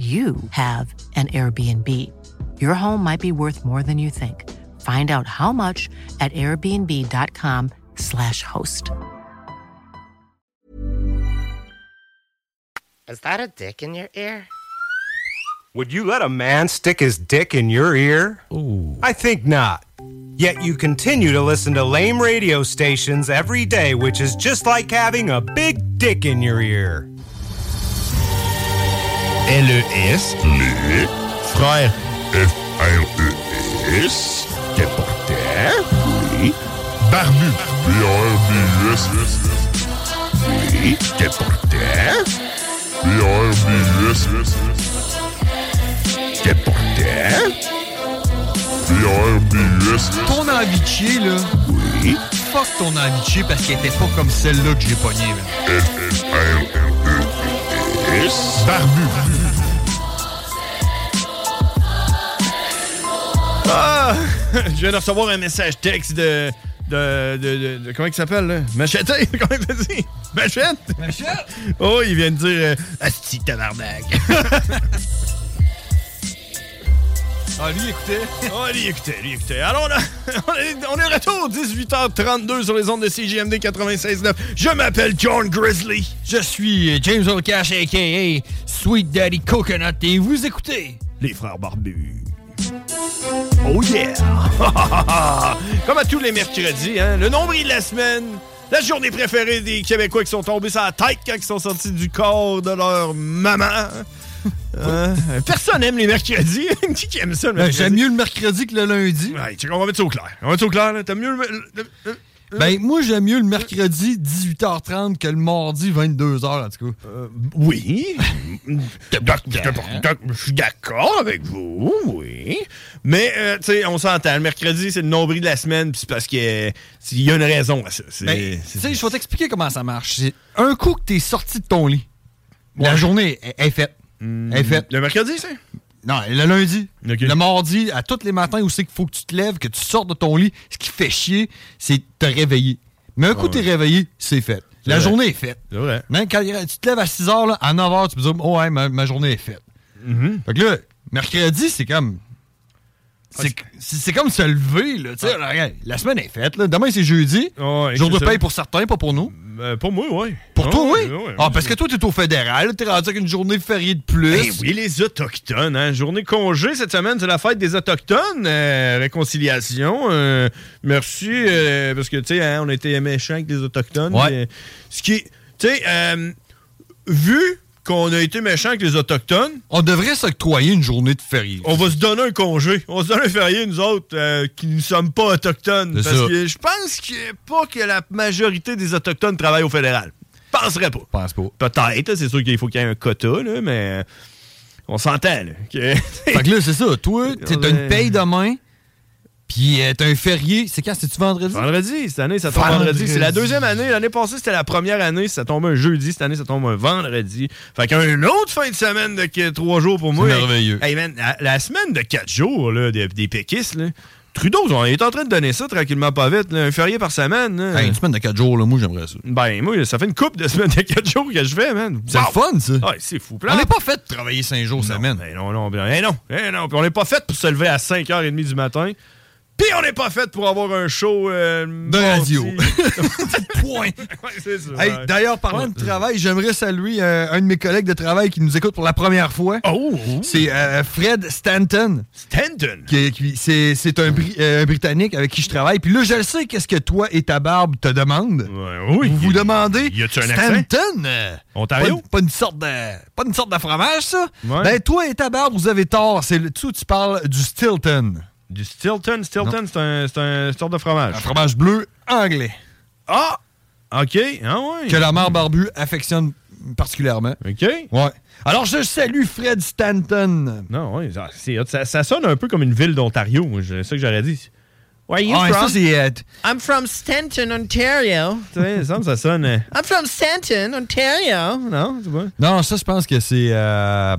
you have an Airbnb. Your home might be worth more than you think. Find out how much at airbnb.com/slash host. Is that a dick in your ear? Would you let a man stick his dick in your ear? I think not. Yet you continue to listen to lame radio stations every day, which is just like having a big dick in your ear. L-E-S. Frère. F-R-E-S. Capoteur. E Oui. Barbu. B-A-R-B-U-S. Oui. Capoteur. B-A-R-B-U-S. Capoteur. B-A-R-B-U-S. Ton amitié, là, Oui. fuck ton amitié parce qu'elle était pas comme celle-là que j'ai pognée. man. F-R-E-S. Barbu. Ah! Je viens de recevoir un message texte de. de. de. de- de- comment il s'appelle, là? Machette! Comment il dit? Machette! Machette! Oh, il vient de dire. Euh, Asti, tabarnak! Ah, lui, écoutez. oh, lui, écoutez, lui, écoutez. Alors, on, a- on est, on est retour, 18h32 sur les ondes de CGMD 96.9. Je m'appelle John Grizzly. Je suis James O'Cash, a.k.a. Sweet Daddy Coconut, et vous écoutez. Les frères barbus. Oh yeah! Comme à tous les mercredis, hein, le nombril de la semaine, la journée préférée des Québécois qui sont tombés sur la tête quand ils sont sortis du corps de leur maman. Hein? personne aime les mercredis. qui qui aime ça, le Ben, mercredi? J'aime mieux le mercredi que le lundi. Ouais, check, on va mettre ça au clair. On va mettre ça au clair. là. T'aimes mieux le- le- le- le- Ben, moi, j'aime mieux le mercredi 18h30 que le mardi 22h, en tout cas. Euh, Oui. Doc- doc- Hein? doc- Je suis d'accord avec vous, oui. Mais, euh, tu sais, on s'entend. Le mercredi, c'est le nombril de la semaine, puis c'est parce qu'il y a une raison à ça. C'est- Ben, tu c'est- sais, je vais t'expliquer comment ça marche. C'est un coup que t'es sorti de ton lit, la journée est, est faite. Elle est faite. Hmm. le mercredi, c'est? Non, le lundi. Ok. Le mardi, à tous les matins où c'est qu'il faut que tu te lèves, que tu sortes de ton lit, ce qui fait chier, c'est te réveiller. Mais un coup que t'es réveillé, c'est fait. La vrai. journée est faite. Ah C'est vrai. Même quand il- tu te lèves à 6 h, à 9 h, tu peux dire, oh, ouais, ma, ma journée est faite. Mm-hmm. Fait que là, mercredi, c'est comme. Ah, C'est c'est- c'est comme se lever, là. Tu sais, regarde, la semaine est faite, là. Demain, c'est jeudi. Ah, Ouais, Jour de c'est ça. paye pour certains, pas pour nous. Euh, pour moi, oui. Pour Ah, toi, oui. ouais, ouais. ah, parce que toi, t'es au fédéral, t'es rendu avec une journée fériée de plus. Eh oui, les Autochtones, hein. Journée congé cette semaine, c'est la fête des Autochtones. euh, réconciliation. euh, merci, euh, parce que, tu sais, hein, on a été méchants avec les Autochtones. Ouais. mais ce qui. Tu sais, euh, vu qu'on a été méchants avec les Autochtones, On devrait s'octroyer une journée de férié. on va se donner un congé. On va se donne un férié, nous autres, euh, qui ne sommes pas Autochtones. C'est Parce ça. que je pense que pas que la majorité des Autochtones travaillent au fédéral. Je penserais pas. pense pas. Peut-être, c'est sûr qu'il faut qu'il y ait un quota, là, mais on s'entend. là, que- Fait que là, c'est ça. Toi, t'es- t'as Ouais. une paye demain, puis euh, t'as un férié. C'est quand? C'est-tu vendredi? vendredi, cette année, ça tombe vendredi. Vendredi. C'est la deuxième année. L'année passée, c'était la première année. Ça tombe un jeudi. Cette année, ça tombe un vendredi. Fait qu'un autre fin de semaine de qu- trois jours pour moi. C'est merveilleux. Hey, man, la, la semaine de quatre jours là, des, des péquistes, là, Trudeau, on est en train de donner ça tranquillement pas vite. là, un férié par semaine. là. Hey, une semaine de 4 jours, là, moi, j'aimerais ça. Ben, moi, ça fait une coupe de semaines de quatre jours que je fais, man. C'est Wow! le fun, ça. Ah, Ouais, c'est fou. ben On n'est pas fait de travailler 5 jours semaine. Eh non, non, eh non, eh non. Puis on n'est pas fait pour se lever à 5h30 du matin, Puis on n'est pas fait pour avoir un show euh, De radio. Point. c'est ça. Hey, D'ailleurs, parlant de travail, j'aimerais saluer euh, un de mes collègues de travail qui nous écoute pour la première fois. Oh! C'est euh, Fred Stanton. Stanton. qui- qui- c'est, c'est un, Bri- euh, un Britannique avec qui je travaille. Puis là, je le sais, qu'est-ce que toi et ta barbe te demandent. oui. Vous vous demandez, Y a-tu un accent? Stanton, euh, Ontario? Pas, pas une sorte de, euh, pas une sorte de fromage, ça? Ouais. Ben, toi et ta barbe, vous avez tort. C'est le tout, tu parles du Stilton. Du Stilton. Stilton, c'est un, c'est un sorte de fromage. Un fromage bleu anglais Ah! OK. Ah ouais. que la mère barbue affectionne particulièrement. OK. Ouais. Alors, je salue Fred Stanton. Non, ouais, ça, c'est- ça- ça sonne un peu comme une ville d'Ontario. moi, C'est ça que j'aurais dit. Where Ah, ouais, ça, c'est. euh, t- I'm from Stanton, Ontario. Tu sais, ça, me- ça sonne. euh, I'm from Stanton, Ontario. Non, c'est pas. non, ça, je pense que c'est. euh,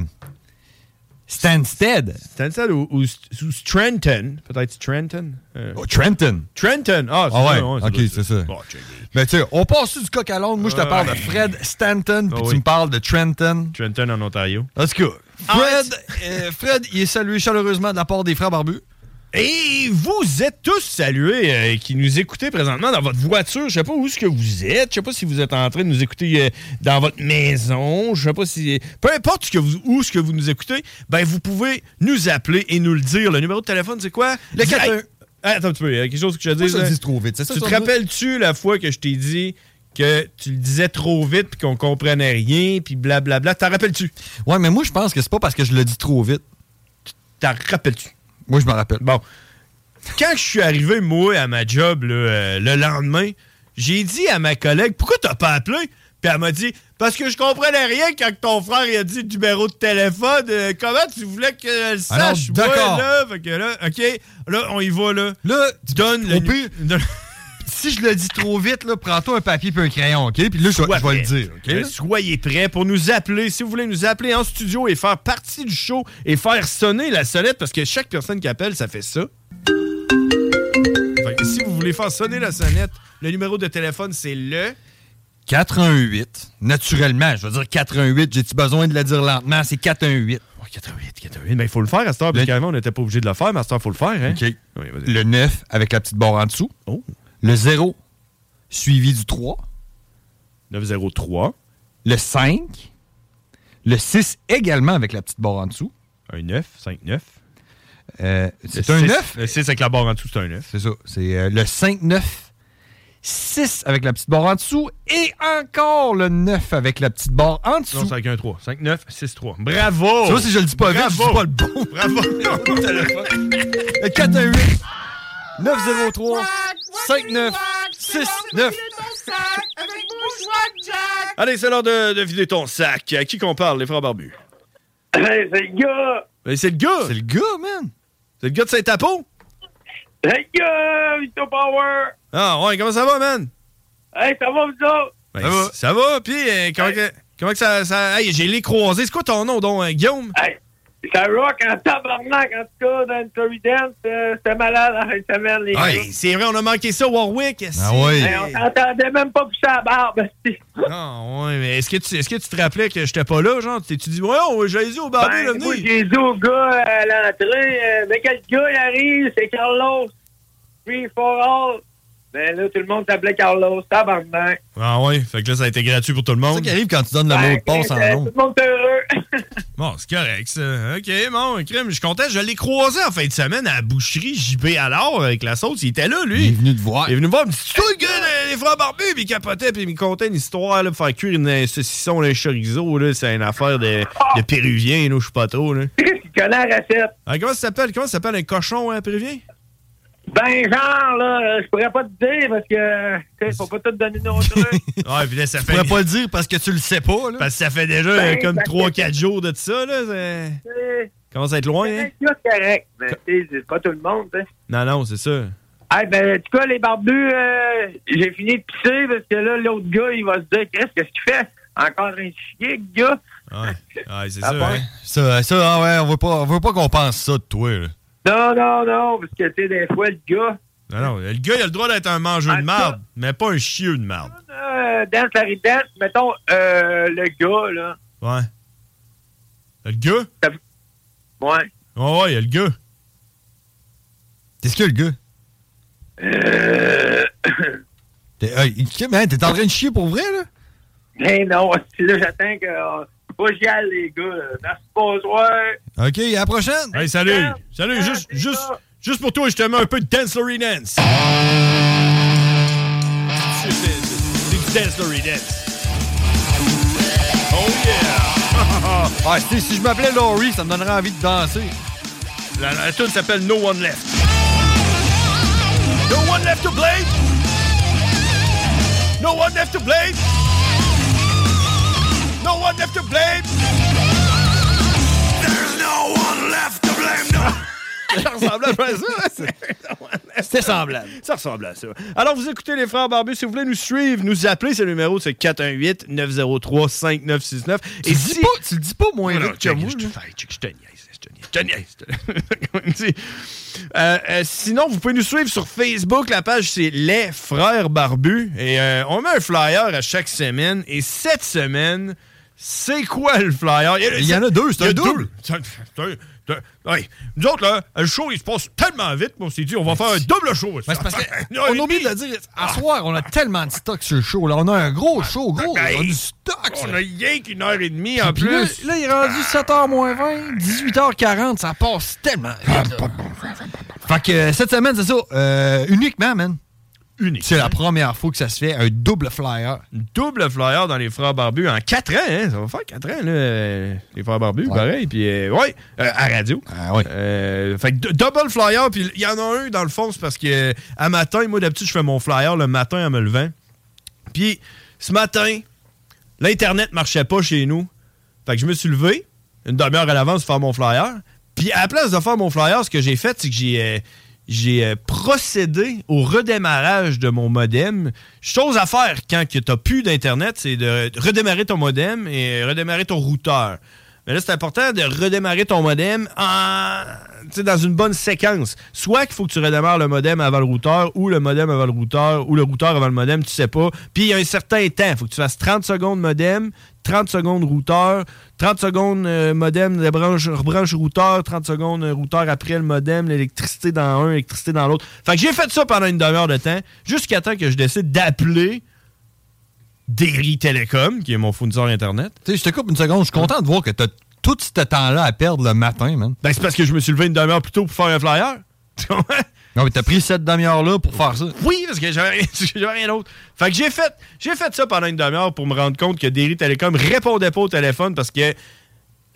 Stansted. Stanton ou, ou St- ou Trenton. Peut-être Trenton. euh, Oh, Trenton. Trenton. Ah, c'est Ah ouais, ça, ok, doit- c'est ça. Bon, check it. Mais tu sais, on passe du coq à l'onde. Moi, je Euh, te parle de Fred Stanton, puis Ah tu oui. me parles de Trenton. Trenton en Ontario. En tout cas, Fred, euh, Fred, il est salué chaleureusement de la part des frères barbus. Et vous êtes tous salués euh, qui nous écoutez présentement dans votre voiture. Je sais pas où est-ce que vous êtes. Je sais pas si vous êtes en train de nous écouter euh, dans votre maison. Je sais pas si euh, peu importe ce que vous où ce que vous nous écoutez, ben vous pouvez nous appeler et nous le dire. Le numéro de téléphone c'est quoi Le 41. Hey, hey, Attends un petit peu, il y a quelque chose que je dis. ça le dis trop vite, c'est ça, Tu te ça, moi? rappelles-tu la fois que je t'ai dit que tu le disais trop vite puis qu'on comprenait rien puis blablabla. T'en rappelles-tu Ouais, mais moi, je pense que c'est pas parce que je le dis trop vite. T'en rappelles-tu Moi, je m'en rappelle. Bon. Quand je suis arrivé, moi, à ma job là, euh, le lendemain, j'ai dit à ma collègue Pourquoi t'as pas appelé Puis elle m'a dit Parce que je comprenais rien quand ton frère il a dit le numéro de téléphone. Euh, comment tu voulais que je le Alors, sache moi, Ah d'accord. là Fait que là, Euh, OK, là, on y va, là. Là, Donne le. Au nu- pire- si je le dis trop vite, là, prends-toi un papier puis un crayon, OK? Puis là, je, vais- je vais le dire, OK? Euh, Soyez prêts pour nous appeler. Si vous voulez nous appeler en studio et faire partie du show et faire sonner la sonnette, parce que chaque personne qui appelle, ça fait ça. Fait que si vous voulez faire sonner la sonnette, le numéro de téléphone, c'est le. 418. Naturellement, je veux dire 418. J'ai-tu besoin de le dire lentement? C'est 418. 88, 88. Mais il faut le faire à cette heure, Le- parce qu'avant, on n'était pas obligé de le faire, mais à cette heure, il faut le faire. Hein? OK. Oui, vas-y. Le 9 avec la petite barre en dessous. Oh, Le 0 suivi du 3. 903, le 5, le 6 également avec la petite barre en dessous. un 9, 5, 9. Euh, c'est un 9. Le 6 avec la barre en dessous, c'est un 9. C'est ça. C'est euh, le 5, 9, 6 avec la petite barre en dessous et encore le 9 avec la petite barre en dessous. Non, c'est avec un 3. 5, 9, 6, 3. Bravo! Tu vois, si je le dis pas vite, je dis pas le bon. Bravo! Le 4, 1, 8, 9, 0, 3, 5, 9, 6, 9. Allez, c'est l'heure de, de vider ton sac. À qui qu'on parle, les frères barbus? Hey, Eh, c'est le gars! Ben, c'est le gars! C'est le gars, man. C'est le gars de Saint-Apo? Hey, gars, Victor Power! Ah ouais, comment ça va, man? Hey, ça va, vous autres? Ben, Ça va. c- Ça va, puis euh, comment, Hey. que, comment que ça... ça... Hey, j'ai les croisés. C'est quoi ton nom, donc, euh, Guillaume? Hey, ça rock en tabarnak, en tout cas, dans le Curry Dance. euh, C'était malade la fin de semaine, les gars. Hey, c'est vrai, on a manqué ça, Warwick. Ah ouais. Hey, on s'entendait même pas pousser la barbe. esti. Non, Ah, ouais, mais est-ce que, tu, est-ce que tu te rappelais que j'étais pas là, genre? T'es-tu dit, ouais, oh, j'ai dit au barbu, là, Ben, moi, venez. j'ai dit au gars à l'entrée, euh, mais quel gars il arrive, c'est Carlos. Free for all. Ben là, tout le monde s'appelait Carlos, tabarnak. Ah ouais, fait que là, ça a été gratuit pour tout le C'est ça monde. qui arrive quand tu donnes le mot Ben, de passe en euh, long. Tout le monde est heureux. Bon, c'est correct, ça. OK, bon, crime, je suis content. Je l'ai croisé en fin de semaine à la boucherie JB alors avec la sauce. Il était là, lui. Il est venu te voir. Il est venu me voir, il me dit C'est toi le gars des- des frères barbus, puis il capotait, puis il me contait une histoire, là, pour faire cuire une un saucisson, là, un chorizo, là, c'est une affaire de, de péruvien, là, je sais pas trop, là. Il connaît la recette. Ah, comment ça s'appelle Comment ça s'appelle un cochon, hein, péruvien Ben, genre, là, euh, je pourrais pas te dire parce que, tu sais, faut pas tout donner nos trucs. Ah, puis là, ça Je fait. pourrais pas le dire parce que tu le sais pas. Là. Parce que ça fait déjà euh, Ben, comme 3-4 jours de ça, là. Ça C'est commence à être loin, hein Euh. c'est correct, mais tu sais, c'est pas tout le monde, tu sais. Non, non, c'est ça. Hey, ben, en tout cas, les barbus, euh, j'ai fini de pisser parce que là, l'autre gars, il va se dire, qu'est-ce qu'est-ce qu'il fait? Encore un chier, le gars. Ouais, ouais c'est Ah, ça. bon? hein. Ça, ça, ah ouais, on veut pas, on veut pas qu'on pense ça de toi. là. Non, non, non, parce que, tu sais, des fois, le gars, Non, non, le gars, il a le droit d'être un mangeur de Ah, marde, mais pas un chieux de marde. euh, dans la ridette, mettons, euh, le gars, là, Ouais. Le gars? ouais, Ouais, ouais, il y a le gars. Qu'est-ce que le gars? Euh, T'es hey, Kim, hein, t'es en train de chier pour vrai, là? ben non, c'est là, j'attends que. euh, Faut que j'y aille, les gars. là. Merci, bonsoir. OK, à la prochaine! Hey, salut! Salut, juste, juste, juste pour toi, je te mets un peu de Dance Lory Dance. C'est c'est- c'est du Dance Lory Dance. Oh yeah! Ah, si si je m'appelais Laurie, ça me donnerait envie de danser. La, la tune s'appelle No One Left. No One Left to Play! No One Left to Play! No One Left to Play! There's no one left to blame, no! Ça ressemblait à ça. C'était semblable. Ça ressemble à ça. Alors, vous écoutez les Frères Barbus. Si vous voulez nous suivre, nous appeler. C'est le numéro, c'est 418-903-5969. Et Tu le si... dis pas, tu le dis pas moins Non, non, vite que check, moi. je te là. fais, check, je te niaise, je te niaise, je te niaise, je te niaise. Euh, euh, sinon, vous pouvez nous suivre sur Facebook. La page, c'est Les Frères Barbus. Et euh, on met un flyer à chaque semaine. Et cette semaine, c'est quoi le flyer? Il y en a deux, il c'est y un double. deux. C'est un- c'est un- c'est un- ouais. Nous autres, là, le show, il se passe tellement vite qu'on s'est dit, on va faire un double show. Ben, c'est parce que Non, on il- oublie de le dire, à soir, on a tellement de stock sur le show. Là. On a un gros show, gros. Ben, on a du stock. ça. On a rien qu'une heure et demie en Ah, Puis là, plus. là, il est rendu 7h moins 20, 18h40, ça passe tellement. Ah, vite, là. fait que euh, cette semaine, c'est ça, euh, uniquement, man. Unique. C'est la première fois que ça se fait, un double flyer. double flyer dans les Frères Barbus en 4 ans. hein. Ça va faire 4 ans, là, euh, les Frères Barbus, Ouais. pareil. Puis, euh, ouais, euh, à radio. Ah ouais. Euh, fait que d- double flyer, puis il y en a un dans le fond, c'est parce que euh, à matin, moi d'habitude, je fais mon flyer le matin en me levant. Puis ce matin, l'Internet marchait pas chez nous. Fait que je me suis levé une demi-heure à l'avance pour faire mon flyer. Puis à la place de faire mon flyer, ce que j'ai fait, c'est que j'ai euh, j'ai euh, procédé au redémarrage de mon modem. Chose à faire quand tu n'as plus d'Internet, c'est de redémarrer ton modem et redémarrer ton routeur. Mais là, c'est important de redémarrer ton modem en, tu sais, dans une bonne séquence. Soit qu'il faut que tu redémarres le modem avant le routeur, ou le modem avant le routeur, ou le routeur avant le modem, tu sais pas. Puis il y a un certain temps. Il faut que tu fasses 30 secondes modem, 30 secondes routeur, 30 secondes euh, modem, débranche, rebranche routeur, 30 secondes euh, routeur après le modem, l'électricité dans un, l'électricité dans l'autre. Fait que j'ai fait ça pendant une demi-heure de temps, jusqu'à temps que je décide d'appeler Derry Telecom, qui est mon fournisseur Internet. Tu sais, je te coupe une seconde, je suis content de voir que t'as tout ce temps-là à perdre le matin, man. Ben, c'est parce que je me suis levé une demi-heure plus tôt pour faire un flyer. Tu comprends? Non, mais t'as pris cette demi-heure-là pour faire ça. Oui, parce que j'avais rien, j'avais rien d'autre. Fait que j'ai fait, j'ai fait ça pendant une demi-heure pour me rendre compte que Derry Telecom répondait pas au téléphone parce que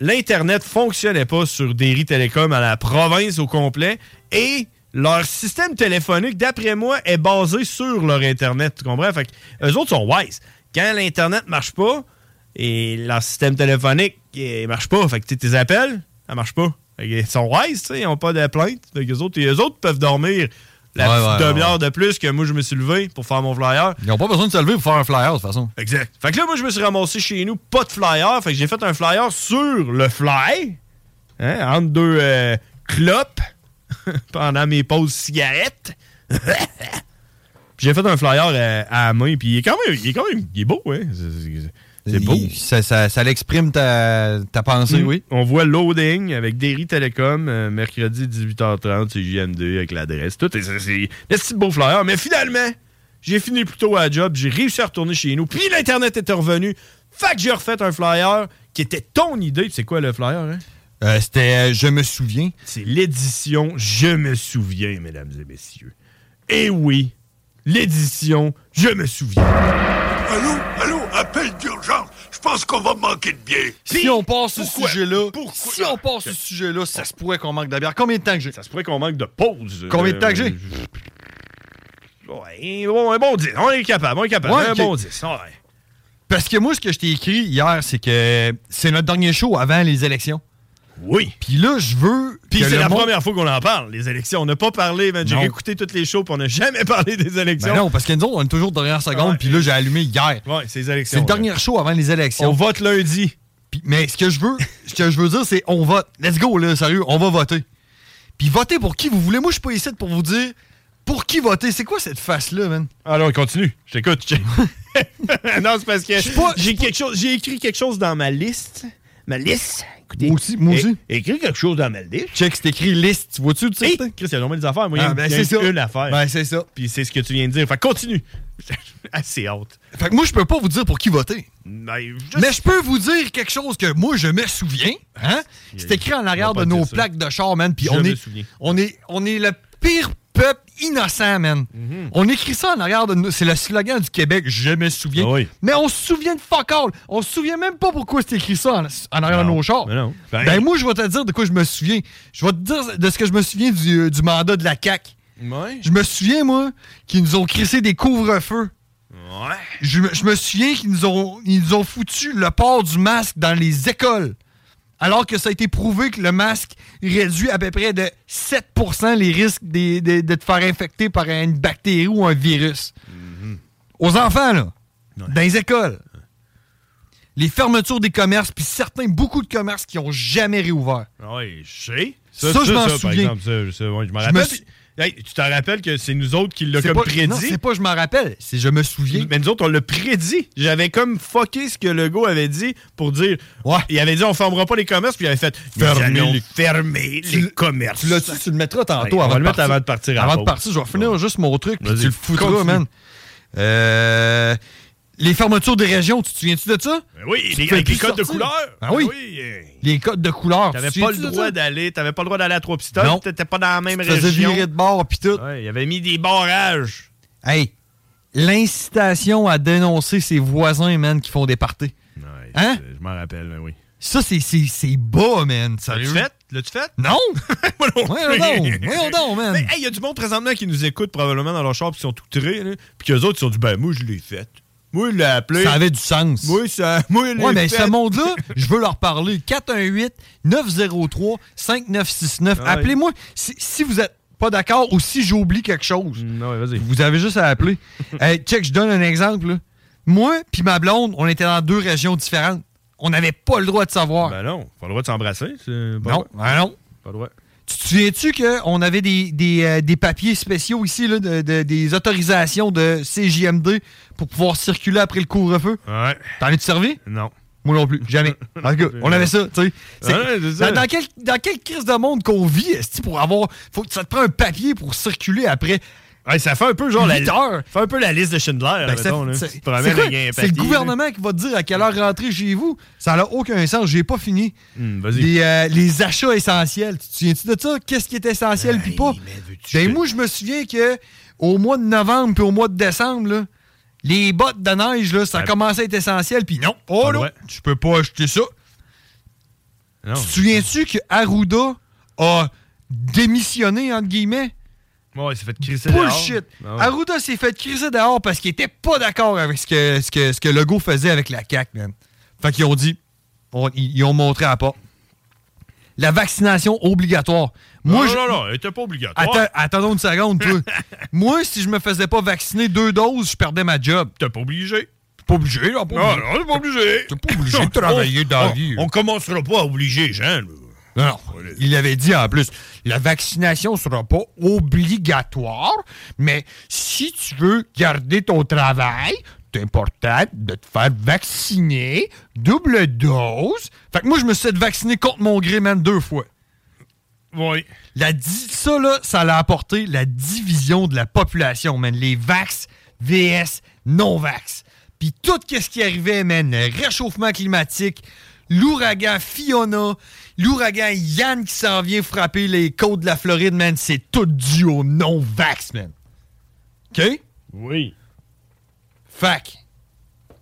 l'Internet fonctionnait pas sur Derry Telecom à la province au complet et leur système téléphonique, d'après moi, est basé sur leur Internet. Tu comprends? Fait que eux autres sont wise. Quand l'Internet marche pas et leur système téléphonique il marche pas, fait que tu sais, tes appels, ça marche pas. Fait que ils sont wise, tu sais, ils ont pas de plainte. Fait que eux autres, et eux autres peuvent dormir la Ouais, petite ouais, ouais, demi-heure de plus que moi, je me suis levé pour faire mon flyer. Ils n'ont pas besoin de se lever pour faire un flyer, de toute façon. Exact. Fait que là, moi, je me suis ramassé chez nous, pas de flyer. Fait que j'ai fait un flyer sur le fly, hein, entre deux euh, clopes, pendant mes pauses cigarettes. Puis j'ai fait un flyer euh, à la main, puis il est quand même, il est quand même, il est beau, hein. C'est- c'est- C'est beau. Il- Ça, ça, ça l'exprime ta, ta pensée, Mm. oui. On voit Loading avec Derry Telecom, euh, mercredi 18h30, c'est JM2 avec l'adresse. Tout est- c'est c'est des petits beaux flyers. Mais finalement, j'ai fini plus tôt à la job, j'ai réussi à retourner chez nous, puis l'Internet était revenu. Fait que j'ai refait un flyer qui était ton idée. Puis C'est quoi le flyer? hein? Euh, C'était euh, Je me souviens. C'est l'édition Je me souviens, mesdames et messieurs. Et oui, l'édition Je me souviens. Ah! Allô, allô, appel d'urgence. Je pense qu'on va manquer de bière. Si on passe ce Pourquoi? sujet-là, Pourquoi? si on passe ce sujet-là, ça se pourrait qu'on manque de bière. Combien de temps que j'ai? Ça se pourrait qu'on manque de pause. euh, Combien de temps que j'ai? Ouais, bon, un bon 10. On est capable, on est capable. Ouais, un ok. bon 10. ouais. Parce que moi, ce que je t'ai écrit hier, c'est que c'est notre dernier show avant les élections. Oui. Puis là, je veux. Puis que c'est le la monde- première fois qu'on en parle, les élections. On n'a pas parlé, man. J'ai Non. écouté toutes les shows, puis on n'a jamais parlé des élections. Ben non, parce que nous autres, on est toujours dernière Ah Ouais. seconde, puis là, j'ai allumé hier. Ouais, c'est les C'est élections. le ouais. dernier show avant les On élections. vote lundi. Puis- mais ce que je veux, ce que je veux dire, c'est on vote. Let's go, là, sérieux, on va voter. Puis voter pour qui vous voulez. Moi, je suis pas ici pour vous dire pour qui voter. C'est quoi cette face-là, man? Alors, continue. Je t'écoute. non, c'est parce que suis pas- j'ai quelque chose. J'ai écrit quelque chose dans ma liste. Ma liste écoutez. Moi aussi, moi é- aussi. Écris quelque chose dans Maldives. Check, c'est écrit liste. Tu vois-tu, tu sais? Hey, Chris, il y a nombreux des affaires. Moi, il y a Ah, une- ben, il y a c'est ça. une- une affaire. Ben, c'est ça. Puis c'est ce que tu viens de dire. Fait que continue. Assez haute. Fait que moi, je peux pas vous dire pour qui voter. Ben, je- Mais je peux vous dire quelque chose que moi, je me souviens. Hein? C'est écrit en arrière va pas te de nos dire ça. plaques de char, man. Puis Je on, me est- souviens. on, est, on est le pire peuple innocent, man. Mm-hmm. On écrit ça en arrière de nous. C'est le slogan du Québec. Je me souviens. Ah oui. Mais on se souvient de fuck all. On se souvient même pas pourquoi c'est écrit ça en, en arrière Non. de nos chars. Mais non. Ben, Ben, moi, je vais te dire de quoi je me souviens. Je vais te dire de ce que je me souviens du, du mandat de la CAQ. Ouais. Je me souviens, moi, qu'ils nous ont crissé des couvre-feux. Ouais. Je, me- je me souviens qu'ils nous ont, ils nous ont foutu le port du masque dans les écoles. Alors que ça a été prouvé que le masque réduit à peu près de 7 les risques des- des- de, te faire infecter par une bactérie ou un virus. Mm-hmm. Aux enfants, là. Dans les écoles. Les fermetures des commerces, puis certains, beaucoup de commerces qui n'ont jamais réouvert. Ouais, je sais. Ça, je m'en par souviens. exemple, ça, ça, ouais, je m'en Je rappelle. me suis- Hey, tu te rappelles que c'est nous autres qui l'a C'est comme pas- prédit. Non, c'est pas je m'en rappelle, c'est je me souviens. Mais nous autres, on l'a prédit. J'avais comme fucké ce que Legault avait dit pour dire. Ouais. Il avait dit on fermera pas les commerces, puis il avait fait Fermez Nous allons les- fermer Tu les l'as- commerces. Tu l'as-tu, tu le mettras tantôt Ouais, on avant va de le mettre partir. avant de partir à la Avant de pause. partir, je vais finir juste mon truc, puis Vas-y, tu le foutras, continue. man. Euh, les fermetures des régions, tu te souviens-tu de ça? Ben oui, Tu les, fais avec plus les codes de sortir. couleur. Ah oui. eh. Les codes de couleur. T'avais tu te pas le souviens-tu de droit ça? d'aller, t'avais pas le droit d'aller à trois pistoles, Non. t'étais pas dans la même Tu te faisais région. virer de bord, puis tout. Ouais, il avait mis des barrages. Hey, l'incitation à dénoncer ses voisins, man, qui font des parties. Hein? Je m'en rappelle, mais oui. Ça, c'est- c'est c'est bas, man. L'as-tu Sérieux? fait? L'as-tu fait? Non! Moi non Voyons donc! Voyons donc, man! Mais hey, il y a du monde présentement qui nous écoute probablement dans leur char puis qui sont tout tirés, là, puis qu'eux autres ils sont du ben moi je l'ai faite. Moi je l'ai appelé. Ça avait du sens. Moi ça moi je l'ai Ouais, mais faite. ce monde-là, je veux leur parler. 418-903-5969. Ouais. Appelez-moi si, si vous êtes pas d'accord ou si j'oublie quelque chose. Mm, Non, ouais, vas-y. Vous avez juste à appeler. Hey, check, je donne un exemple. là. Moi puis ma blonde, on était dans deux régions différentes. On n'avait pas le droit de savoir. Ben non, pas le droit de s'embrasser, c'est pas non, vrai. ben non. pas le droit. Tu te souviens-tu qu'on avait des, des, euh, des papiers spéciaux ici, là, de- de- des autorisations de CJMD pour pouvoir circuler après le couvre-feu? Ouais, T'en es-tu servi? non. Moi non plus, jamais. En tout cas, on avait ça, tu sais. C'est- Ouais, c'est ça. dans, dans quelle, dans quelle crise de monde qu'on vit, est pour avoir. Faut, que ça te prend un papier pour circuler après. Ouais, ça fait un peu genre la Huit heures. fait un peu la liste de Schindler Ben, ça- mettons, là. c'est Tu c'est te promènes quoi? avec un C'est papier, le là. gouvernement qui va te dire à quelle heure rentrer chez vous. Ça n'a aucun sens, j'ai pas fini. Hum, vas-y. Les, euh, les achats essentiels, tu te souviens-tu de ça? Qu'est-ce qui est essentiel puis pas? mais veux-tu Ben que- moi, je me souviens que au mois de novembre puis au mois de décembre, là, les bottes de neige, là, ça Ben- commençait à être essentiel, puis non, oh Pas là, vrai. tu peux pas acheter ça. Non. Tu te souviens-tu que Arruda a démissionné, entre guillemets? Ouais, c'est fait crisser dehors. Bullshit! Ah ouais. Arruda s'est fait crisser dehors parce qu'il était pas d'accord avec ce que, ce, que, ce que Legault faisait avec la CAQ, man. Fait qu'ils ont dit, on- ils, ils ont montré à pas. La vaccination obligatoire. Non, Moi, non, je- non, non, elle était pas obligatoire. Attends, attendons une seconde, toi. Moi, si je me faisais pas vacciner deux doses, je perdais ma job. T'es pas obligé. Pas obligé, là, pas Non, non, t'es pas obligé. T'es pas obligé de travailler dans la vie. On commencera pas à obliger, Jean. Non, non. Il avait dit en plus, la vaccination sera pas obligatoire, mais si tu veux garder ton travail, c'est important de te faire vacciner, double dose. Fait que moi, je me suis fait vacciner contre mon gré, man, deux fois. Oui. La di- ça, là, ça l'a apporté la division de la population, man. Les vax, VS, non-vax. Puis tout ce qui arrivait, man, le réchauffement climatique, l'ouragan Fiona, l'ouragan Yann qui s'en vient frapper les côtes de la Floride, man, c'est tout dû au non-vax, man. OK? Oui. Fac.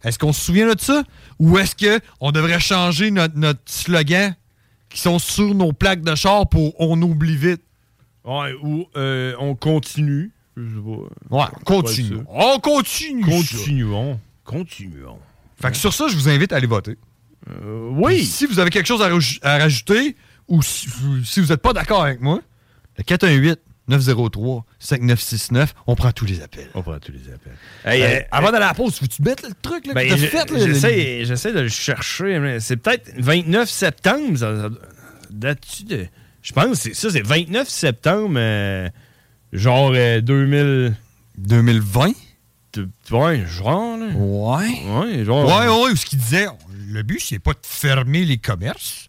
Est-ce qu'on se souvient de ça? Ou est-ce que on devrait changer notre, notre slogan qui sont sur nos plaques de char pour « on oublie vite » Ouais, ou euh, on continue. Je sais pas. Ouais, Ouais, continue. ça. On continue. ça. Continuons. Continuons. Euh, Fait que sur ça, je vous invite à aller voter. oui. Si vous avez quelque chose à, raj- à rajouter ou si vous, si vous n'êtes pas d'accord avec moi, le 418-903-5969, on prend tous les appels. On prend tous les appels. Euh, Euh, avant d'aller à la pause, veux-tu mettre le truc là, ben, que t'as je- fait? là, le- j'essaie, j'essaie de le chercher. mais C'est peut-être 29 septembre. Ça, ça- date-tu de- Je pense que c'est ça, c'est 29 septembre, euh, genre euh, 2000. 2020? de- Ouais, genre. là. Ouais. Ouais, genre. Ouais, ouais, ou ce qu'il disait, le but, c'est pas de fermer les commerces,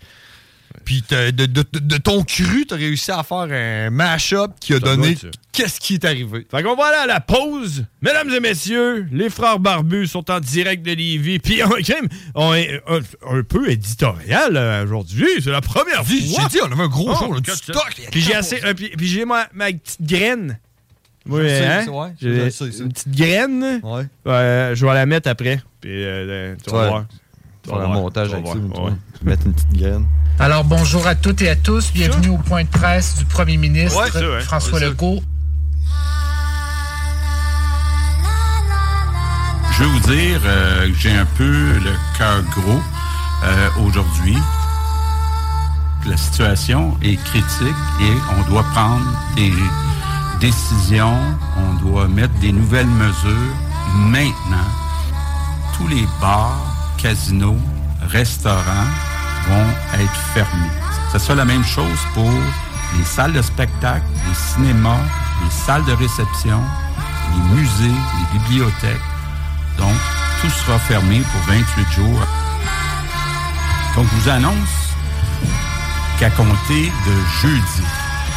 Puis t'as- de, de- de- de ton cru, t'as réussi à faire un mash-up qui a Ça donné doit, ça. qu'est-ce qui est arrivé. Fait qu'on va aller à la pause. Mesdames et messieurs, les frères barbus sont en direct de Lévis. Puis un crime, on est un, un peu éditorial euh, aujourd'hui. C'est la première Dis, fois. J'ai dit, on avait un gros Oh, jour, là, du que- stock. Puis j'ai assez. euh, puis puis j'ai ma, ma petite graine. Oui, Je sais, hein? c'est- ouais, J'ai je le sais, ça. une petite graine. Ouais. Euh, je vais la mettre après. Puis euh, euh, tu vas Ouais. voir. Tu vas Faire un voir. montage Tu vas avec ça, voir. tu Ouais. vois. Mettre une petite graine. Alors bonjour à toutes et à tous, bienvenue au point de presse du Premier ministre Ouais, c'est vrai. François C'est ça. Legault. Je vais vous dire euh, que j'ai un peu le cœur gros euh, aujourd'hui. La situation est critique et on doit prendre des décisions, on doit mettre des nouvelles mesures maintenant. Tous les bars, casinos, restaurants vont être fermés. Ce sera la même chose pour les salles de spectacle, les cinémas, les salles de réception, les musées, les bibliothèques. Donc, tout sera fermé pour 28 jours. Donc, je vous annonce qu'à compter de jeudi,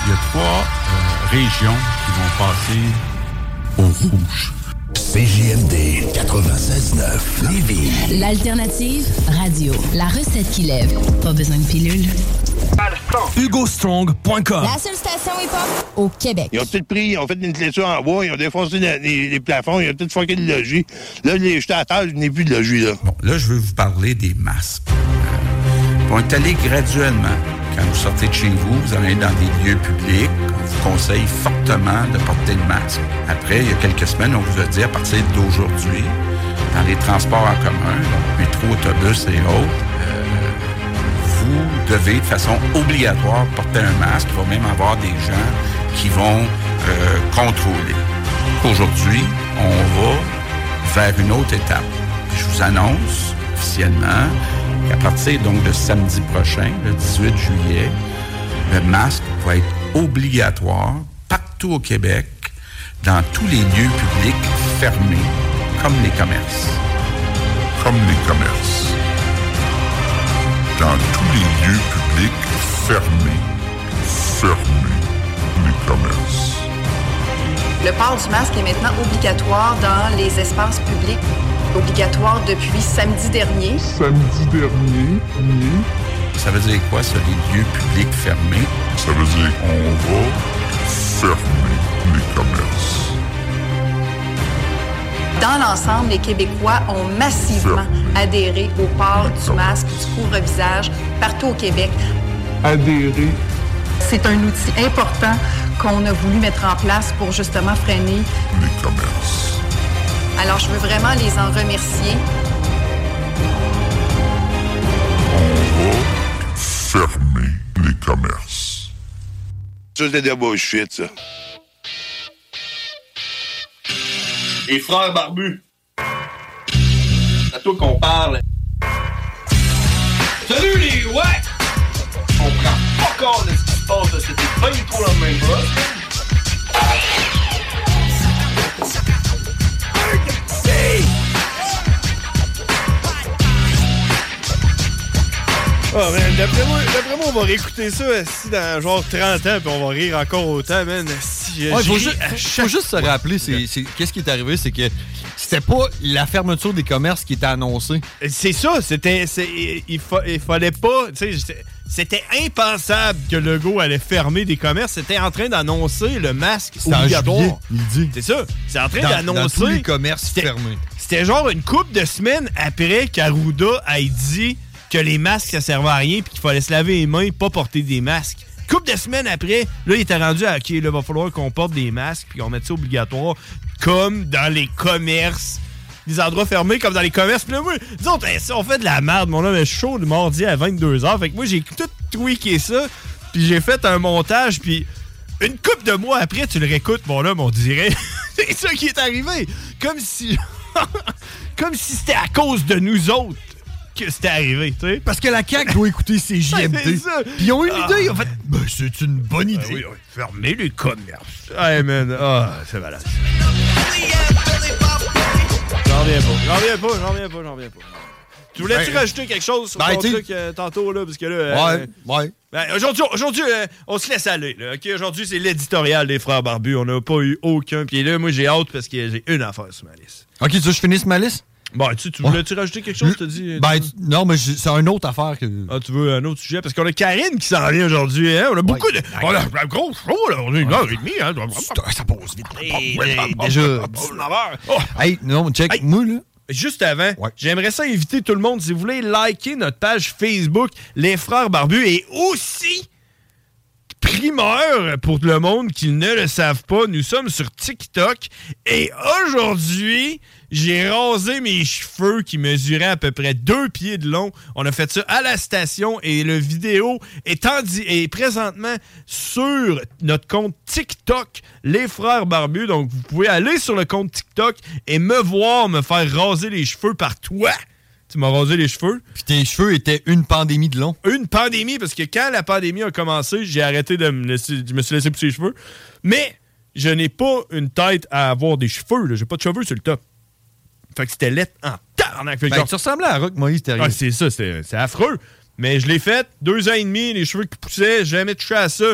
il y a trois euh, régions qui vont passer au rouge. CJMD 96.9 Lévis. L'alternative radio. La recette qui lève. Pas besoin de pilule. HugoStrong.com La seule station hip-hop au Québec. Ils ont tout pris, ils ont fait une clôture en bois, ils ont défoncé les, plafonds, ils ont tout fucké le logis. Là, j'étais à terre, je n'ai plus de logis, là. Bon, là, je veux vous parler des masques. Euh, ils vont être allés graduellement. Quand vous sortez de chez vous, vous allez dans des lieux publics, on vous conseille fortement de porter le masque. Après, il y a quelques semaines, on vous a dit, à partir d'aujourd'hui, dans les transports en commun, donc métro, autobus et autres, euh, vous devez de façon obligatoire porter un masque. Il va même avoir des gens qui vont euh, contrôler. Aujourd'hui, on va vers une autre étape. Je vous annonce officiellement qu'à partir donc de samedi prochain, le 18 juillet, le masque va être obligatoire partout au Québec, dans tous les lieux publics fermés, comme les commerces. Comme les commerces dans tous les lieux publics fermés. Fermés les commerces. Le port du masque est maintenant obligatoire dans les espaces publics. Obligatoire depuis samedi dernier. Ça veut dire quoi, ça, les lieux publics fermés? Ça veut dire qu'on va fermer les commerces. Dans l'ensemble, les Québécois ont massivement adhéré au port du masque, du couvre-visage, partout au Québec. Adhéré. C'est un outil important qu'on a voulu mettre en place pour justement freiner. Les commerces. Alors, je veux vraiment les en remercier. Fermer les commerces. Ça, c'est de la bullshit, ça. Les frères barbus. C'est à toi qu'on parle. Salut les ouais! On prend pas compte de ce qui se passe, là. c'était pas du tout la même chose. Ah, man, d'après moi, d'après moi, on va réécouter ça si dans genre 30 ans, puis on va rire encore autant, man. Si, euh, Ouais, je faut, ris juste, à faut- chaque- faut juste se rappeler, c'est, c'est- qu'est-ce qui est arrivé, c'est que c'était pas la fermeture des commerces qui était annoncée. C'est ça, c'était. c'est- il- il, fa- il fallait pas. tu sais, j'étais- C'était impensable que Legault allait fermer des commerces. C'était en train d'annoncer le masque C'était en juillet, obligatoire. il dit. C'est ça. C'est en train Dans, dans tous les d'annoncer. commerces C'était- fermés. C'était genre une couple de semaines après qu'Arruda ait dit que les masques, ça servait à rien puis qu'il fallait se laver les mains pas porter des masques. Couple de semaines après, là, il était rendu à OK, là, va falloir qu'on porte des masques puis qu'on mette ça obligatoire comme dans les commerces. Des endroits fermés comme dans les commerces. Puis là, moi, disons, on fait de la merde. Mon homme est chaud le mardi à 22h. Fait que moi, j'ai tout tweaké ça. Puis j'ai fait un montage. Puis une coupe de mois après, tu le réécoutes, mon homme, on dirait. c'est ça qui est arrivé. Comme si. Comme si c'était à cause de nous autres que c'était arrivé, tu sais. Parce que la CAQ doit écouter ses JMD. C'est ça. Puis ils ont une Ah. idée, ils ont fait. Ben, c'est une bonne idée. Fermez les commerces. Hey, man. Ah, c'est malade. J'en reviens pas. J'en reviens pas, j'en reviens pas, j'en reviens pas. Tu voulais-tu Ben, rajouter quelque chose sur ben, ton t'sais- truc euh, tantôt, là? Parce que là. euh, Ouais, ouais. ben, aujourd'hui, aujourd'hui, euh, on se laisse aller. Là, ok? Aujourd'hui, c'est l'éditorial des Frères Barbus. On n'a pas eu aucun. Puis là, moi, j'ai hâte parce que j'ai une affaire sur ma liste. Ok, tu veux que je finisse ma liste? Bon, tu, tu voulais-tu rajouter quelque chose? T'as dit, euh, Ben, tu- non, mais j'ai- c'est une autre affaire que. Ah, tu veux un autre sujet? Parce qu'on a Karine qui s'en vient aujourd'hui. Hein? On a beaucoup de. On a un gros show, là. On a une heure et demie. Hein? Ça pose vite. déjà, Hey, non, check, moi, là. Oh. Juste avant, j'aimerais ça inviter tout le monde, si vous voulez, liker notre page Facebook, Les Frères Barbus, et aussi, primeur pour le monde qui ne le savent pas, nous sommes sur TikTok, et aujourd'hui, j'ai rasé mes cheveux qui mesuraient à peu près deux pieds de long. On a fait ça à la station, et le vidéo est, en di- est présentement sur notre compte TikTok, Les Frères Barbus, donc vous pouvez aller sur le compte TikTok et me voir me faire raser les cheveux par toi. Tu m'as rasé les cheveux. Puis tes cheveux étaient une pandémie de long. Une pandémie, parce que quand la pandémie a commencé, j'ai arrêté de me laisser. Je me suis laissé pousser les cheveux. Mais je n'ai pas une tête à avoir des cheveux. là. J'ai pas de cheveux sur le top. Fait que c'était laid en tarnac. Fait que Ben, genre- tu ressemblais à Rock Moïse, t'es ah, c'est ça, c'est c'est affreux. Mais je l'ai fait, deux ans et demi, les cheveux qui poussaient, j'ai jamais touché à ça.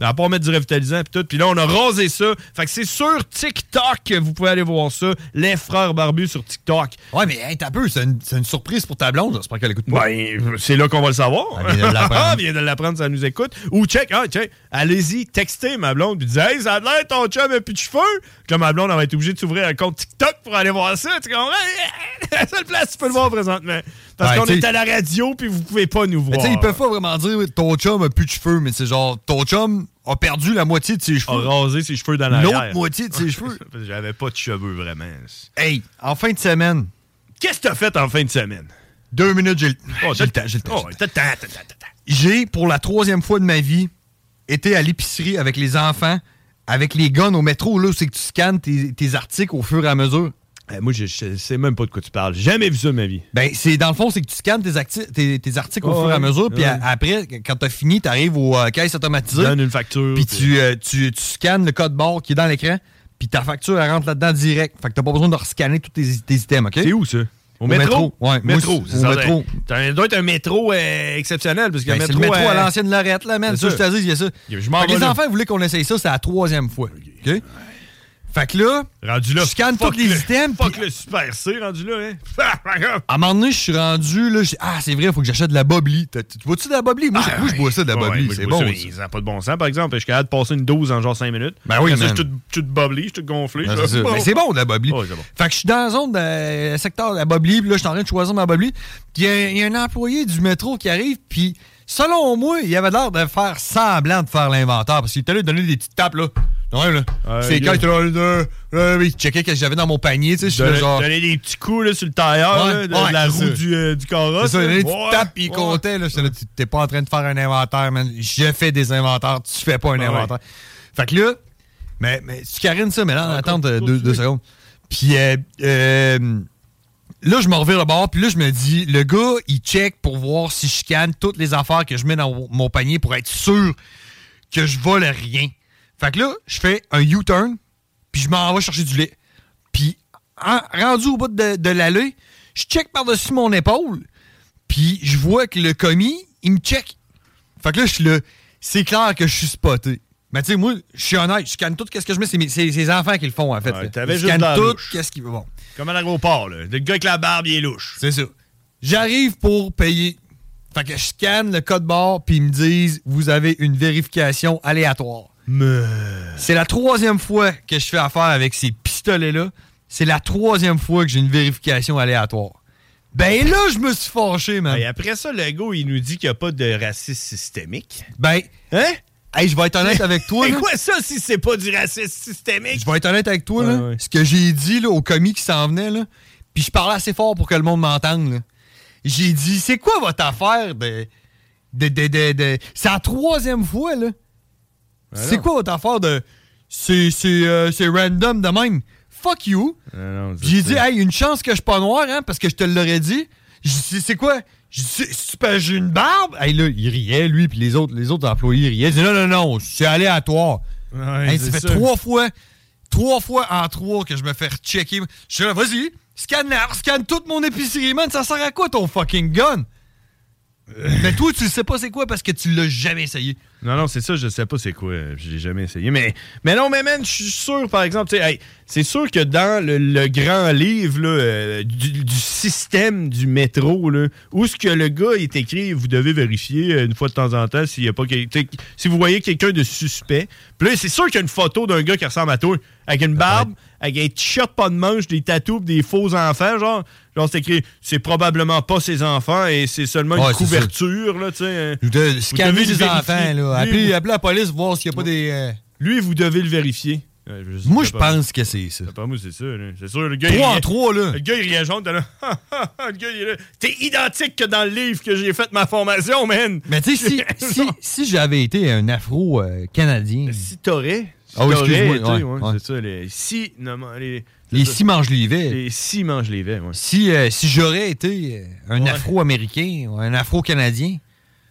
À part mettre du revitalisant puis tout. Puis là, on a rasé ça. Fait que c'est sur TikTok que vous pouvez aller voir ça. Les frères barbus sur TikTok. Ouais, mais hey, t'as peu, c'est une, c'est une surprise pour ta blonde, j'espère qu'elle écoute pas. Ben, c'est là qu'on va le savoir. Elle Ah, vient de l'apprendre. Elle vient de l'apprendre, ça nous écoute. Ou check, ah, check, allez-y, textez ma blonde, puis dis, hey, ça a l'air ton chum a plus de cheveux. Que ma blonde, elle va être obligée de s'ouvrir un compte TikTok pour aller voir ça. Tu comprends? la seule place, tu peux le voir présentement. Parce Ben, qu'on t'sais- est à la radio, puis vous pouvez pas nous Mais voir. tu sais, ils peuvent pas vraiment dire ton chum a plus de cheveux, mais c'est genre ton chum a perdu la moitié de ses cheveux. A rasé ses cheveux dans l'arrière. L'autre moitié de ses cheveux. Parce que J'avais pas de cheveux vraiment. Hey, en fin de semaine. Qu'est-ce que t'as fait en fin de semaine? Deux minutes, j'ai le j'ai le temps. J'ai le temps. Oh, t'as- t'as- t'as- t'as- t'as- J'ai, pour la troisième fois de ma vie, été à l'épicerie avec les enfants, avec les guns au métro, là, où c'est que tu scannes tes, tes articles au fur et à mesure. Eh, moi, je, je sais même pas de quoi tu parles. J'ai Jamais vu ça de ma vie. Ben, c'est dans le fond, c'est que tu scannes tes, acti- tes, tes articles au Ouais, fur et à mesure, puis ouais. a- après, quand t'as fini, t'arrives aux euh, caisses automatisées. Donne une facture. Puis tu, euh, tu, tu scannes le code barre qui est dans l'écran, puis ta facture, elle rentre là-dedans direct. Fait que t'as pas besoin de rescanner tous tes, tes items, OK? C'est où, ça? Au, métro? Ouais, moi, métro. c'est- c'est Au ça, métro. t'as- t'as- doit être un métro euh, exceptionnel. Parce que Ben, c'est le métro à l'ancienne Lorette, là, man. C'est Ça, je te ça. dis, il y a ça. Je m'en Fait que vais les là. enfants voulaient qu'on essaye ça, c'est la troisième fois. OK? Fait que là, Rendu là, je scanne fuck tous les le- items. Fuck puis le Super C rendu là, hein? À un moment donné, je suis rendu, là, j'ai- ah, c'est vrai, il faut que j'achète de la bobli. T'as- Tu vois-tu de la bobli? Moi, je- moi, je bois ça de la Ah, Ouais, bobli, moi, je c'est vois bon. ça, ça. mais Ça n'a pas de bon sens, par exemple. Je suis capable de passer une 12 en genre 5 minutes. Ben oui, Après ça, man. Je suis tout- tout boblé, je suis tout gonflé. Non, je- c'est ça. Mais c'est bon de la bobli. Fait que je suis dans la zone, de, secteur de la bobli, puis là, je suis en train de choisir ma bobli. Puis il y a- il y, a un employé du métro qui arrive, puis selon moi, il avait l'air de faire semblant de faire l'inventaire, parce qu'il était allé donner des petites tapes, là. Non, là. c'est il quand a- il était là, là, là, là, il checkait ce que j'avais dans mon panier, tu sais, je suis là, Donner genre... donner des petits coups là, sur le tailleur, Ouais, là, de, ouais, de la c'est roue ça. du, euh, du carrosse. C'est ça, il là. donnait des petites Ouais, tapes, puis il ouais. comptait, là. J'étais là, tu- t'es pas en train de faire un inventaire, man. Je fais des inventaires, tu fais pas un Ben inventaire. Fait que là, mais, mais tu carines ça, mais là, en attente euh, deux, deux secondes. Puis euh, euh, là, je me revire le bord, puis là, je me dis, le gars, il check pour voir si je scanne toutes les affaires que je mets dans mon panier pour être sûr que je vole rien. Fait que là, je fais un U-turn, puis je m'en vais chercher du lait. Puis, en- rendu au bout de, de l'allée, je check par-dessus mon épaule, puis je vois que le commis, il me check. Fait que là, je suis là, c'est clair que je suis spoté. Mais tu sais, moi, je suis honnête, je scanne tout ce que je mets, c'est mes- c'est c'est les enfants qui le font, en fait. Ouais, là. t'avais je juste scanne la tout, louche. qu'est-ce qu'il veut. Bon. Comme à l'aéroport, là. Le gars avec la barbe, il est louche. C'est ça. J'arrive pour payer. Fait que je scanne le code barre, puis ils me disent, vous avez une vérification aléatoire. C'est la troisième fois que je fais affaire avec ces pistolets-là. C'est la troisième fois que j'ai une vérification aléatoire. Ben là, je me suis fâché, man. Et après ça, le gars, il nous dit qu'il n'y a pas de racisme systémique. Ben. Hein? Hey, je vais être honnête avec toi. C'est là. quoi ça si c'est pas du racisme systémique? Je vais être honnête avec toi, là. ce que j'ai dit là, au commis qui s'en venait, là, puis je parlais assez fort pour que le monde m'entende. là. J'ai dit, c'est quoi votre affaire de. de, de, de, de- C'est la troisième fois, là. c'est quoi votre affaire de. C'est, c'est, euh, c'est random de même. Fuck you. Puis J'ai dit, hey, une chance que je suis pas noir, hein, parce que je te l'aurais dit. J'ai dit, c'est- c'est quoi? J'ai dit, C'est- c'est parce que j'ai une barbe? Hey, là, il riait, lui, puis les autres, les autres employés riaient. J'ai dit, non, non, non, c'est aléatoire. Ouais, Hey, c'est ça fait ça. trois fois, trois fois en trois que je me fais checker. Je suis là, vas-y, Scanne, la- scanne toute mon épicerie, man. Ça sert à quoi ton fucking gun? Euh. Mais toi, tu le sais pas c'est quoi parce que tu l'as jamais essayé. Non, non, c'est ça, je sais pas c'est quoi. euh, J'ai jamais essayé. Mais, mais non, mais man, je suis sûr, par exemple, tu sais, hey, c'est sûr que dans le, le grand livre là, euh, du, du système du métro, là, où ce que le gars est écrit, vous devez vérifier euh, une fois de temps en temps s'il y a pas quel- tu sais, si vous voyez quelqu'un de suspect. Puis là, c'est sûr qu'il y a une photo d'un gars qui ressemble à toi, avec une barbe, avec un t-shirt pas de manche, des tatous, des faux enfants, genre. Genre, c'est écrit, c'est probablement pas ses enfants et c'est seulement Ouais, une c'est ça. couverture, là, tu sais. hein. Vous Scanner devez le les vérifier. enfants, là. Lui, Appelez, vous- appelez la police, voir s'il n'y a pas des. euh, Lui, vous devez le vérifier. Moi, je pense que c'est ça. Ben, Pas moi, c'est ça. là. C'est sûr, le gars. Trois il en ri- trois, là. Le gars, il réagente. Là. le gars, il est là. T'es identique que dans le livre que j'ai fait ma formation, man. Mais tu sais, si, si, si j'avais été un afro-canadien. Si t'aurais. Ah oui, T'aurais excuse-moi. été, ouais, ouais, ouais. C'est ça, les si. non, non, les c'est Les ça. six mangent les vets. Les six mangent les vets, ouais. Si, euh, si j'aurais été euh, un afro-américain ou un afro-canadien,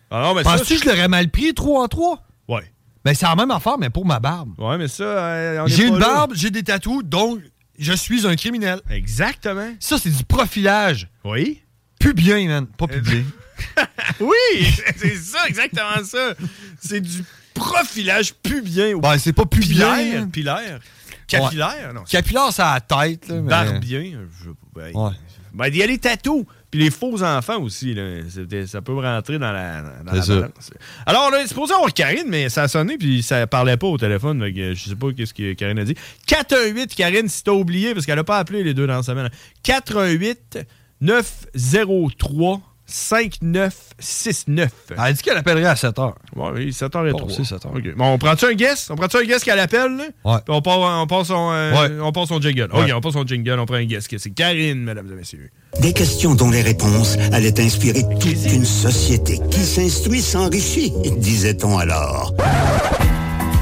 Alors, Ah mais ça, penses-tu que je l'aurais mal pris 3 en 3? Ouais. Ben, c'est la même affaire, mais pour ma barbe. Ouais, mais ça. euh, on est J'ai pas une là. barbe, j'ai des tatous, donc je suis un criminel. Exactement. Ça, c'est du profilage. Oui. Plus bien, man. Pas plus bien. Oui, c'est ça, exactement ça. C'est du profilage pubien. ou Ben, c'est pas plus bien. Pilaire, hein. pilaire. Capillaire, Ouais. non. c'est- Capillaire, c'est à la tête. Là, mais- Barbien. Je... Ben, Ouais. ben, il y a les tatous. Puis les faux enfants aussi. Là. C'était- Ça peut rentrer dans la, dans la C'est ça. balance. Alors, là, c'est supposé avoir Karine, mais ça a sonné puis ça parlait pas au téléphone. donc, euh, je sais pas qu'est-ce que Karine a dit. 418, Karine, si t'as oublié, parce qu'elle a pas appelé les deux dans la semaine. 418 903 5969. Elle a dit qu'elle appellerait à 7 h. Oui, 7 h et Bon, 3. c'est 7 heures. OK. Bon, on prend-tu un guess? On prend-tu un guess qu'elle appelle? là? Ouais. Puis on part, on part son, euh, Ouais. on part son jingle. Ouais. OK, on part son jingle, on prend un guess. que C'est Karine, mesdames et messieurs. Des questions dont les réponses allaient inspirer toute une société qui s'instruit s'enrichit, disait-on alors.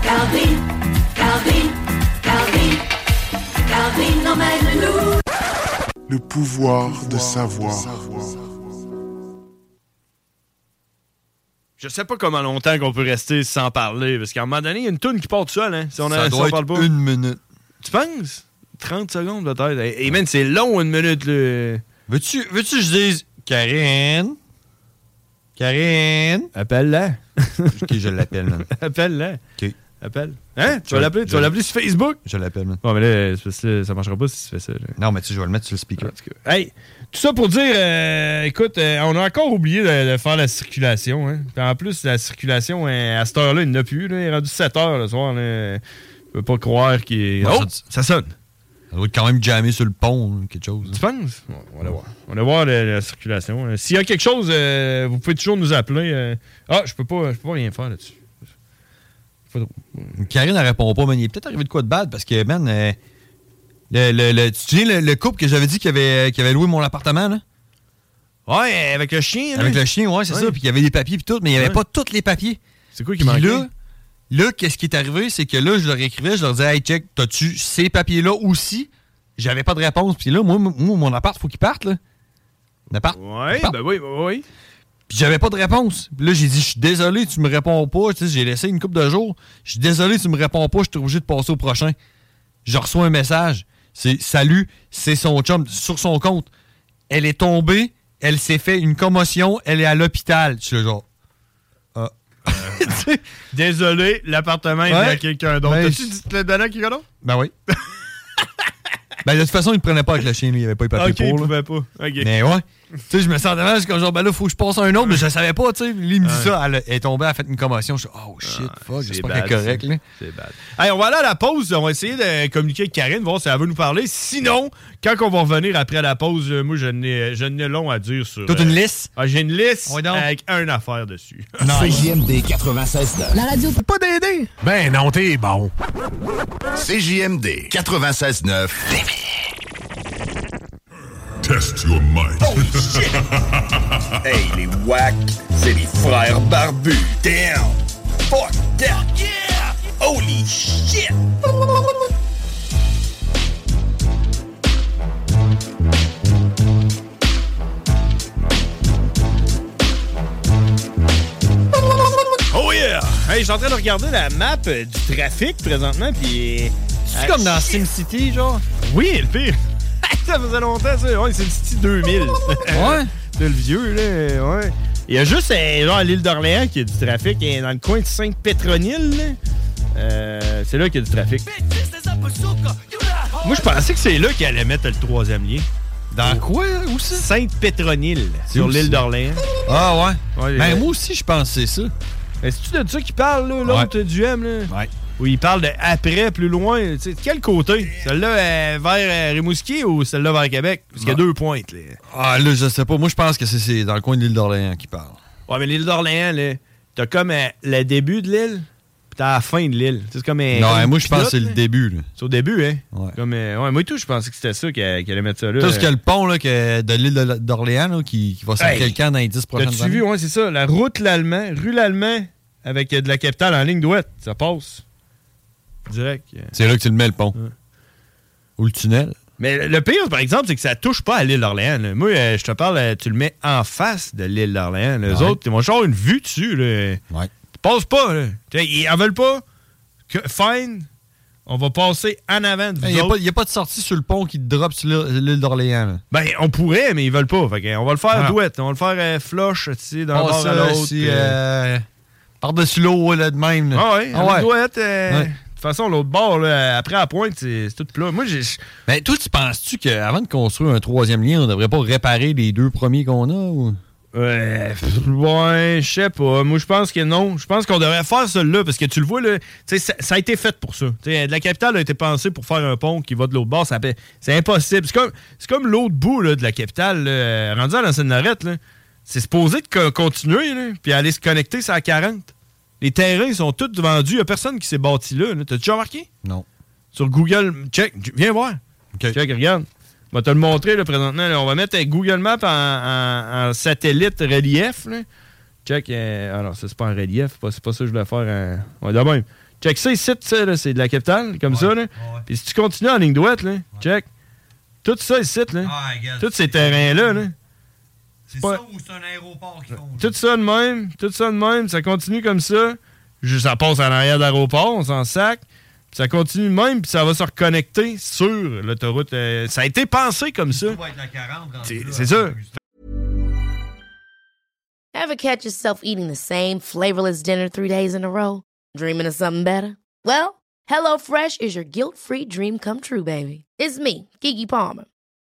Calvin, Calvin, Calvin, Calvin, emmène-nous. Le pouvoir de savoir. Je sais pas comment longtemps qu'on peut rester sans parler, parce qu'à un moment donné, il y a une toune qui part tout seul. Hein, si on a- ça si doit on parle être pas. une minute. Tu penses? 30 secondes peut-être. Et, et man, c'est long une minute. Là. Veux-tu veux que je dise Karine? Karine? Appelle-la. ok, je l'appelle, man. Appelle-la. Ok. Appelle. Hein? Tu vas Je- l'appeler? Tu je- vas l'appeler sur Facebook? Je l'appelle, man. Bon, mais là, c'est parce que ça marchera pas si tu fais ça. Non, mais tu sais, je vais le mettre sur le speaker. Hey, tout ça pour dire, euh, écoute, euh, on a encore oublié de, de faire la circulation. Hein. Puis en plus, la circulation, hein, à cette heure-là, il n'y en a plus. Là. Il est rendu 7 heures le soir. Là. Je peux pas croire qu'il est. Ouais, oh, ça- ça sonne. Ça doit être quand même jammé sur le pont, hein, quelque chose. Tu penses? Bon, on va aller voir. On va voir la, la circulation. hein. S'il y a quelque chose, euh, vous pouvez toujours nous appeler. euh. Ah, je peux pas, je peux pas rien faire là-dessus. Karine, elle répond pas, mais il est peut-être arrivé de quoi de bad parce que, man, euh, le, le- le- tu te souviens le, le couple que j'avais dit qui avait, qui avait loué mon appartement, là? Ouais, avec le chien, Avec le chien, ouais, c'est Ouais. ça. Puis il y avait des papiers, puis tout, mais il n'y avait Ouais. pas tous les papiers. C'est quoi qui Puis manquait? Là, là qu'est-ce qui est arrivé? C'est que là, je leur écrivais, je leur disais, hey, check, t'as-tu ces papiers-là aussi? J'avais pas de réponse. Puis là, moi, m- moi, mon appart, faut qu'il parte, là. Mon appart. Ouais, ben oui, oui, oui. Puis j'avais pas de réponse. Puis là, j'ai dit, je suis désolé, tu me réponds pas. Tu sais, j'ai laissé une couple de jours. Je suis désolé, tu me réponds pas. Je suis obligé de passer au prochain. Je reçois un message. C'est salut, c'est son chum sur son compte. Elle est tombée, elle s'est fait une commotion, elle est à l'hôpital. Je suis le genre. Ah. Désolé, l'appartement est Ouais. à quelqu'un d'autre. Ben, T'as-tu dit te le donner à quelqu'un d'autre? Ben oui. ben de toute façon, il ne prenait pas avec le chien, lui. il n'y avait pas eu papier Ah, Ok, il pour. pouvait là. pas. Ok. Mais ouais. tu sais, je me sens dommage comme genre, ben là, faut que je passe à un autre, mais je ne savais pas, tu sais. Lui, il me dit Ouais. Ah, ça, elle est tombée, elle a fait une commotion. Je suis, oh shit, fuck, c'est j'espère qu'elle est bad, correcte, ça. là. C'est bad. Hey, on va aller à la pause. On va essayer de communiquer avec Karine, voir si elle veut nous parler. Sinon, quand on va revenir après la pause, euh, moi, je n'ai, je n'ai long à dire sur. Toute une liste? Ah, j'ai une liste Ouais, donc. avec un affaire dessus. CJMD 96 La radio peut pas t'aider. Ben non, t'es bon. CJMD 96.9. Test your mind. Oh, hey, les wack, c'est les frères barbus. Damn. Fuck that. Yeah. Holy shit. Oh yeah! Hey, je suis en train de regarder la map euh, du trafic présentement, puis. euh, C'est comme dans SimCity, genre? Oui, le pire. ça faisait longtemps, ça. Ouais, c'est le petit 2000. ouais. C'est le vieux, là. Ouais. Il y a juste, euh, genre, à l'île d'Orléans qui a du trafic. Et dans le coin de Sainte-Pétronille, là, euh, c'est là qu'il y a du trafic. Moi, je pensais que c'est là qu'il allait mettre le troisième lien. Dans quoi? hein, Où ça? Sainte-Pétronille, sur où l'île ça? d'Orléans. Ah ouais? Ouais, ben ouais. moi aussi, je pensais ça. Est-ce de ça qu'il parle, là, l'autre du M, là? Ouais. Où il parle de après, plus loin. Tu sais, de quel côté? Celle-là euh, vers euh, Rimouski ou celle-là vers Québec? Parce qu'il y a deux pointes, là. Ah là, je sais pas. Moi, je pense que c'est- c'est dans le coin de l'île d'Orléans qu'il parle. Ouais, mais l'île d'Orléans, là, t'as comme euh, le début de l'île, pis t'as la fin de l'île. C'est comme un. Non, comme hein, une moi, je pense pilote, que c'est le là. début. là. C'est au début, hein? Ouais. Comme, euh, ouais, moi et tout, je pensais que c'était ça qu'elle qu'elle allait mettre ça là. euh, Tu sais, qu'il y a le pont là, que- de l'île de- d'Orléans là, qui, qui va s'appeler Hey! le camp dans les 10 prochaines T'as-tu vu, années. ouais, c'est ça, la route l'Allemand, rue l'Allemand, avec euh, de la capitale en ligne droite, ça passe. Direct. euh. C'est là que tu le mets, le pont. Ou le tunnel. Mais le pire, par exemple, c'est que ça touche pas à l'île d'Orléans. là. Moi, euh, je te parle, euh, tu le mets en face de l'île d'Orléans. Les Ouais. autres, ils vont genre une vue dessus. Là. Tu passes pas. là. Tu sais, Ils en veulent pas. Que, fine, on va passer en avant de vous Il n'y a, autres. pas- y a pas de sortie sur le pont qui te drop sur l'île- l'île d'Orléans. là. Ben, on pourrait, mais ils veulent pas. Fait que, on va le faire Ah. douette. On va le faire euh, flush, tu sais, d'un Ah, bord ça, à l'autre. euh. c'est, euh, Par-dessus l'eau, là, de même. là. Ah ouais, Ah on ouais. doit être, euh, Ouais. De toute façon, l'autre bord, là, après la pointe, c'est c'est tout plat. Moi, j'ai. Mais Ben, toi, tu penses-tu qu'avant de construire un troisième lien, on devrait pas réparer les deux premiers qu'on a? Ou... Ouais, pff, ouais, je sais pas. Moi, je pense que non. Je pense qu'on devrait faire celui-là parce que tu le vois, là, tu sais, ça, ça a été fait pour ça. Tu sais, de la capitale a été pensée pour faire un pont qui va de l'autre bord. Ça fait- C'est impossible. C'est comme, c'est comme l'autre bout là, de la capitale, là, euh, rendu à l'ancienne Lorette. là. C'est supposé de co- continuer là, puis aller se connecter sur la 40. Les terrains ils sont tous vendus. Il n'y a personne qui s'est bâti là. là. T'as déjà remarqué? Non. Sur Google, check, viens voir. Check, regarde. On va te le montrer là, présentement. là. On va mettre euh, Google Maps en, en- en satellite relief. là. Check. euh, alors, ça, c'est pas en relief. pas- C'est pas ça que je voulais faire. en- Ouais, de même. Check ça ici, ça, là, c'est de la capitale, comme ça. Là. Puis si tu continues en ligne droite, là, check. Tout ça ici, là. regarde, tous ces terrains-là. Là. C'est pas- ou c'est un aéroport qui font? tout ça de même, tout ça de même, ça continue comme ça. Ju- Ça passe à l'arrière de l'aéroport, on s'en sac. Puis ça continue de même, puis ça va se reconnecter sur l'autoroute. euh, ça a été pensé comme ça. C'est- C'est ça. Ever catch yourself eating the same flavorless dinner three days in a row? Dreaming of something better? Well, HelloFresh is your guilt free dream come true, baby. It's me, Kiki Palmer.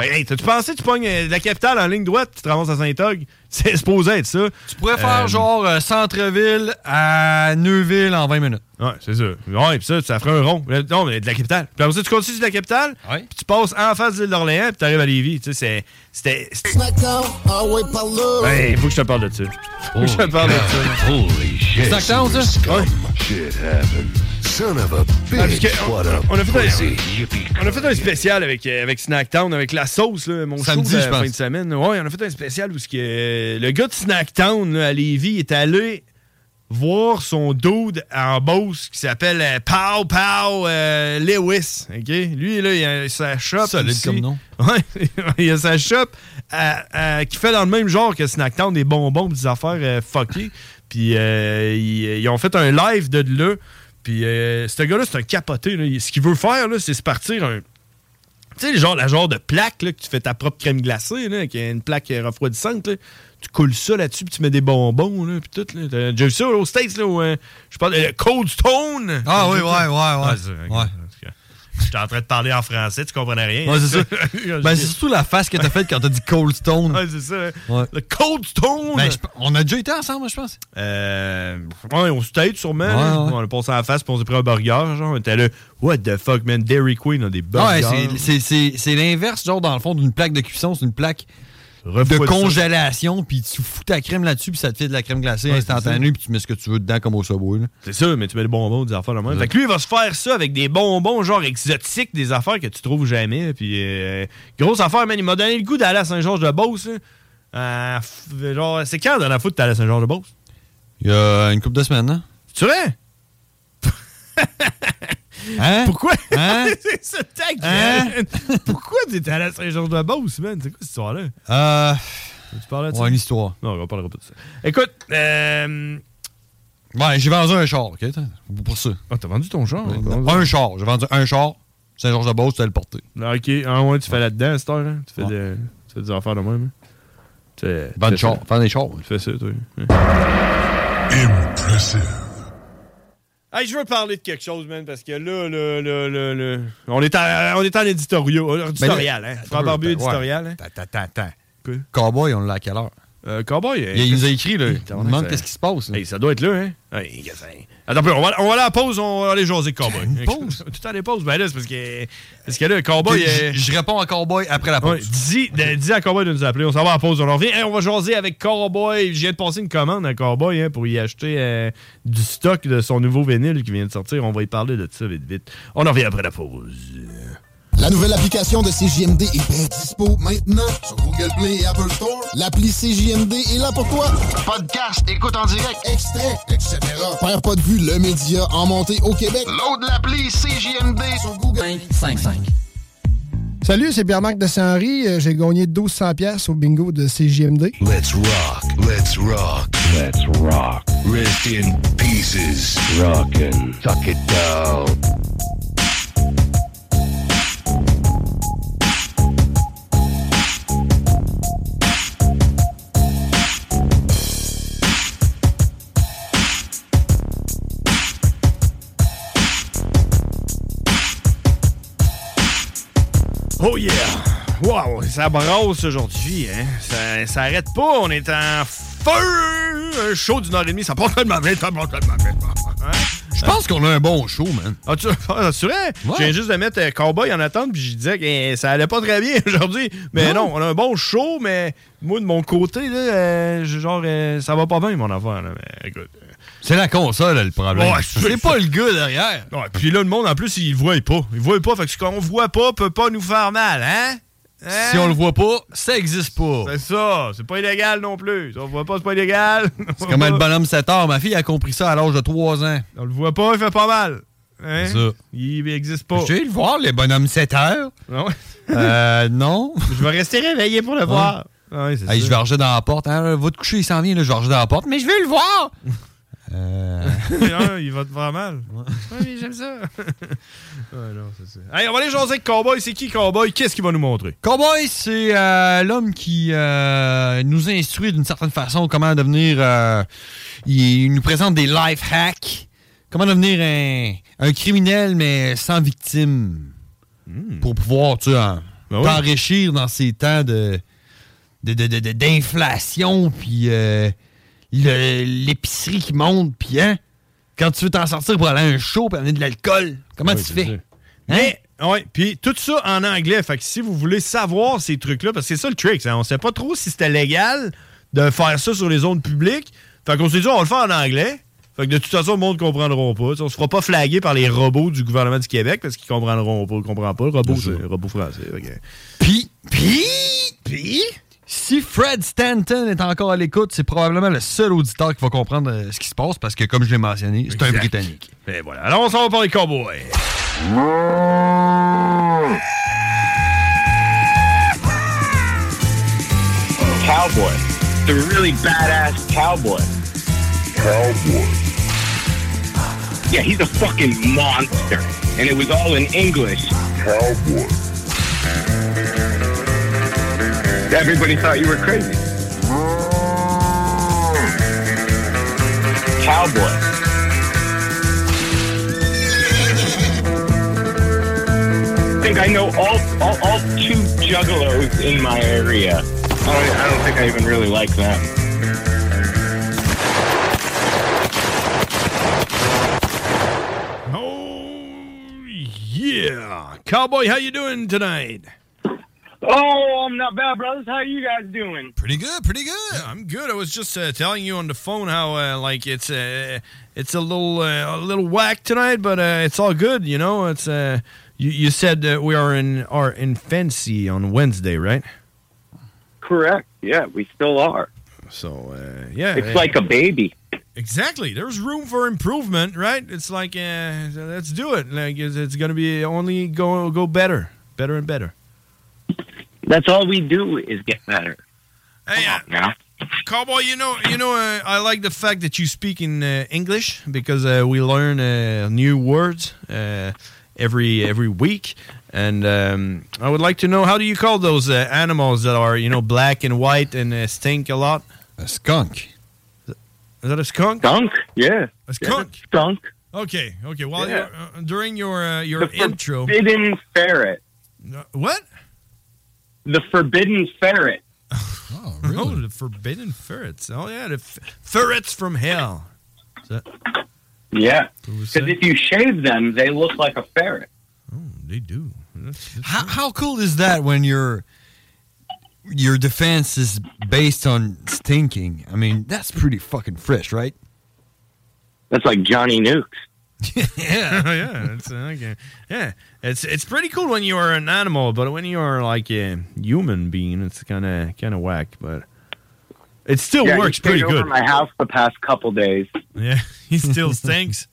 Hey, hey, t'as-tu pensé que tu pognes euh, de la capitale en ligne droite, tu te ramasses à Saint-Og? C'est supposé être ça. Tu pourrais faire genre euh, centre-ville à Neuville en 20 minutes. Ouais, c'est ça. Ouais, puis ça, ça ferait un rond. Là, Non, mais de la capitale. Puis après ça, tu continues de la capitale, puis tu passes en face de l'île d'Orléans, puis t'arrives à Lévis. Tu sais, c'est- c'était... c'était- ah Ben, Ouais, faut que je te parle de ça. Faut que je te parle de ça. Holy shit. C'est acteur, ça? Ouais. Shit happened. Son of a Ah, parce que bitch, on, what a on a fait pussy. un, on a fait un spécial avec, euh, avec Snacktown, avec la sauce, là, mon Samedi, show de je pense. fin de semaine. Ouais, on a fait un spécial où ce que, euh, le gars de Snacktown là, à Lévis est allé voir son dude en Beauce qui s'appelle euh, Pow Pow euh, Lewis. ok? Lui, là, il a sa shop. Solide ici. comme nom. Ouais, il a sa shop à- à- qui fait dans le même genre que Snacktown, des bonbons, pis des affaires euh, fuckées. Puis euh, ils, ils ont fait un live de là. Puis euh, ce gars-là, c'est un capoté. là. Il- Ce qu'il veut faire, là, c'est se partir un. Tu sais, genre, la genre de plaque là, que tu fais ta propre crème glacée, là, qui est une plaque euh, refroidissante. là. Tu coules ça là-dessus, puis tu mets des bonbons, là, puis tout. Là. T'as déjà vu ça là, aux States, là, où, euh, je parle de Cold Stone. Ah oui, ouais, ouais, ouais. Ah, c'est- ok. Ouais. J'étais en train de parler en français, tu comprenais rien. Ouais, c'est ça. ben, c'est surtout la face que t'as faite quand t'as dit Cold Stone. Ouais, c'est ça. hein. Ouais. Le Cold Stone! Ben, je pe- on a déjà été ensemble, je pense. Euh, ouais, on se tête sûrement. là. Ouais, ouais. On a passé en face puis on s'est pris un burger. Genre, on était là. What the fuck, man? Dairy Queen a des Ouais, burgers. c'est- c'est- c'est c'est l'inverse, genre, dans le fond, d'une plaque de cuisson, c'est une plaque de ça. congélation, puis tu fous ta crème là-dessus, puis ça te fait de la crème glacée Ouais, c'est instantanée, puis tu mets ce que tu veux dedans, comme au Subway. là. C'est ça, mais tu mets des bonbons, des affaires la même. Fait que lui, il va se faire ça avec des bonbons genre exotiques, des affaires que tu trouves jamais. Puis, euh, grosse affaire, man. Il m'a donné le goût d'aller à Saint-Georges-de-Beauce. hein. Euh, f- genre, c'est quand la dernière fois que t'es allé à Saint-Georges-de-Beauce? Il y a une couple de semaines, non? Tu vrai? Hein? Pourquoi? Hein? c'est ça, ta gueule. Hein? Pourquoi t'es allé à Saint-Georges-de-Beauce, man? C'est quoi cette histoire-là? Euh. Tu parlais de ça? Ouais, une histoire. Non, on parlera pas de ça. Écoute, euh... Ouais, Ben, j'ai vendu un char, OK? attends, Pour ça. Ah, t'as vendu ton char? Un char. J'ai vendu un char. Saint-Georges-de-Beauce, tu allais le porter. Ah, ok, ah, ouais, tu fais là-dedans, cette heure, hein? tu, fais de- tu fais des affaires de même. hein? Tu fais, tu Vendre fais char, ça. vendre des chars. Tu fais ça, toi. hein? Hey, je veux parler de quelque chose, man, parce que là, là, là, là, là, on est en, on est en éditorial, Ben, euh, éditorial, hein. Frère Barbu, éditorial, hein. Euh, Attends, attends, attends. Cowboy, on l'a à quelle heure? Cowboy, Il, il nous a écrit, là. Il Il nous demande qu'est-ce qui se passe. Hey, ça doit être là, hein? Hey, qu'est-ce que c'est? Attends, un peu, on va, on va aller à la pause, on va aller jaser de Cowboy. Une pause? Tout à les pauses, ben là, c'est parce que, parce que là, Cowboy... euh, Je- je réponds à Cowboy après la pause. dis, de- dis à Cowboy de nous appeler, on s'en va à la pause, on en revient. Hey, on va jaser avec Cowboy, je viens de passer une commande à Cowboy hein, pour y acheter euh, du stock de son nouveau vinyle qui vient de sortir, on va y parler de ça vite, vite. On en revient après la pause. La nouvelle application de CJMD est bien dispo maintenant sur Google Play et Apple Store. L'appli CJMD est là pour toi. Podcast, écoute en direct, extrait, etc. Père pas de vue, le média en montée au Québec. Load l'appli CJMD sur Google. 5, 5. Salut, c'est Pierre-Marc de Saint-Henri. Euh, J'ai gagné 1200 pièces au bingo de CJMD. Let's rock, let's rock, let's rock. Rest in pieces. Rockin', tuck it down. Oh yeah! Wow, ça brasse aujourd'hui, hein? Ça, ça arrête pas, on est en feu! Un show d'une heure et demie, ça part tellement vite, ça part tellement vite. Je pense qu'on a un bon show, man. Ah, tu ah, c'est vrai? Je viens juste de mettre euh, Cowboy en attente, puis je disais que eh, ça allait pas très bien aujourd'hui. Mais non. on a un bon show, mais moi, de mon côté, là, euh, je- genre, euh, ça va pas bien, mon affaire, là, mais écoute. C'est la console, le problème. Ouais, Ah ben, c'est pas le gars derrière. Ouais, puis là, le monde, en plus, il voit pas. Il voit pas, fait que ce qu'on voit pas peut pas nous faire mal, hein? Si on le voit pas, ça existe pas. C'est ça, c'est pas illégal non plus. Si on le voit pas, c'est pas illégal. C'est comme le bonhomme 7 heures. Ma fille a compris ça à l'âge de 3 ans. On le voit pas, il fait pas mal. Hein? C'est ça. Il existe pas. J'ai le voir, les bonhommes 7 heures. Non. Euh, non. Je vais rester réveillé pour le voir. Ouais, c'est Hey, ça. je vais arranger dans la porte. Hein, va te coucher, il s'en vient, là, je vais arranger dans la porte. Mais je veux le voir! Euh, Ouais, il va te faire mal. Ouais, mais j'aime ça. Ouais, non, c'est ça. Hey, on va aller jaser avec Cowboy. C'est qui Cowboy? Qu'est-ce qu'il va nous montrer? Cowboy, c'est euh, l'homme qui euh, nous instruit d'une certaine façon comment devenir. euh, il, il nous présente des life hacks. Comment devenir un, un criminel, mais sans victime. Pour pouvoir, tu sais, en- oui. t'enrichir dans ces temps de de- de- de- de- d'inflation, puis euh, le- l'épicerie qui monte, puis hein, quand tu veux t'en sortir pour aller à un show, puis amener de l'alcool, comment Ouais, tu c'est fais? Hein? ça. Mais, ouais, puis tout ça en anglais. Fait que si vous voulez savoir ces trucs-là, parce que c'est ça le trick, hein, on sait pas trop si c'était légal de faire ça sur les zones publiques. Fait qu'on s'est dit, on va le faire en anglais. Fait que de toute façon, le monde ne comprendront pas. T'sais, on se fera pas flaguer par les robots du gouvernement du Québec parce qu'ils comprendront pas. Ils comprennent pas. Robot, c'est robot français. Fait que- Puis, puis, puis, si Fred Stanton est encore à l'écoute, c'est probablement le seul auditeur qui va comprendre euh, ce qui se passe parce que, comme je l'ai mentionné, c'est un Exact. Ben Britannique. Et voilà. Alors, on s'en va parler cowboys. Cowboy. The really badass cowboy. Cowboy. Yeah, he's a fucking monster. And it was all in English. Cowboy. Everybody thought you were crazy. Cowboy. think I know all, all, all two juggalos in my area. I don't, I don't think I even really like them. Yeah. Cowboy, how you doing tonight? Oh, I'm not bad, brothers. How you guys doing? Pretty good, pretty good. I'm good. I was just uh, telling you on the phone how uh, like it's uh, it's a little uh, a little whack tonight, but uh, it's all good. You know, it's uh, you, you said that we are in our infancy on Wednesday, right? Correct. Yeah, we still are. So uh, yeah, it's like a baby. Exactly. There's room for improvement, right? It's like uh, let's do it. Like it's, it's going to be only go go better, better and better. That's all we do is get better. Hey, uh, Cowboy, you know, you know, uh, I like the fact that you speak in uh, English because uh, we learn uh, new words uh, every every week, and um, I would like to know how do you call those uh, animals that are you know black and white and uh, stink a lot? A skunk. Is that a skunk? Skunk. Yeah. A skunk. skunk. Okay. Okay. Well, Yeah. you're, uh, during your uh, your the intro, Uh, forbidden ferret. what? The forbidden ferret. Oh, the forbidden ferrets. Oh yeah, the f- ferrets from hell. Is that- Yeah. Because if you shave them, they look like a ferret. How, how cool is that when your your defense is based on stinking? I mean, that's pretty fucking fresh, right? That's like Johnny Nukes. yeah, yeah, it's, uh, okay. yeah. It's it's pretty cool when you are an animal, but when you are like a human being, it's kind of kind of whack. But it still Yeah, he works stayed pretty over good. my house the past couple days. Yeah, he still stinks.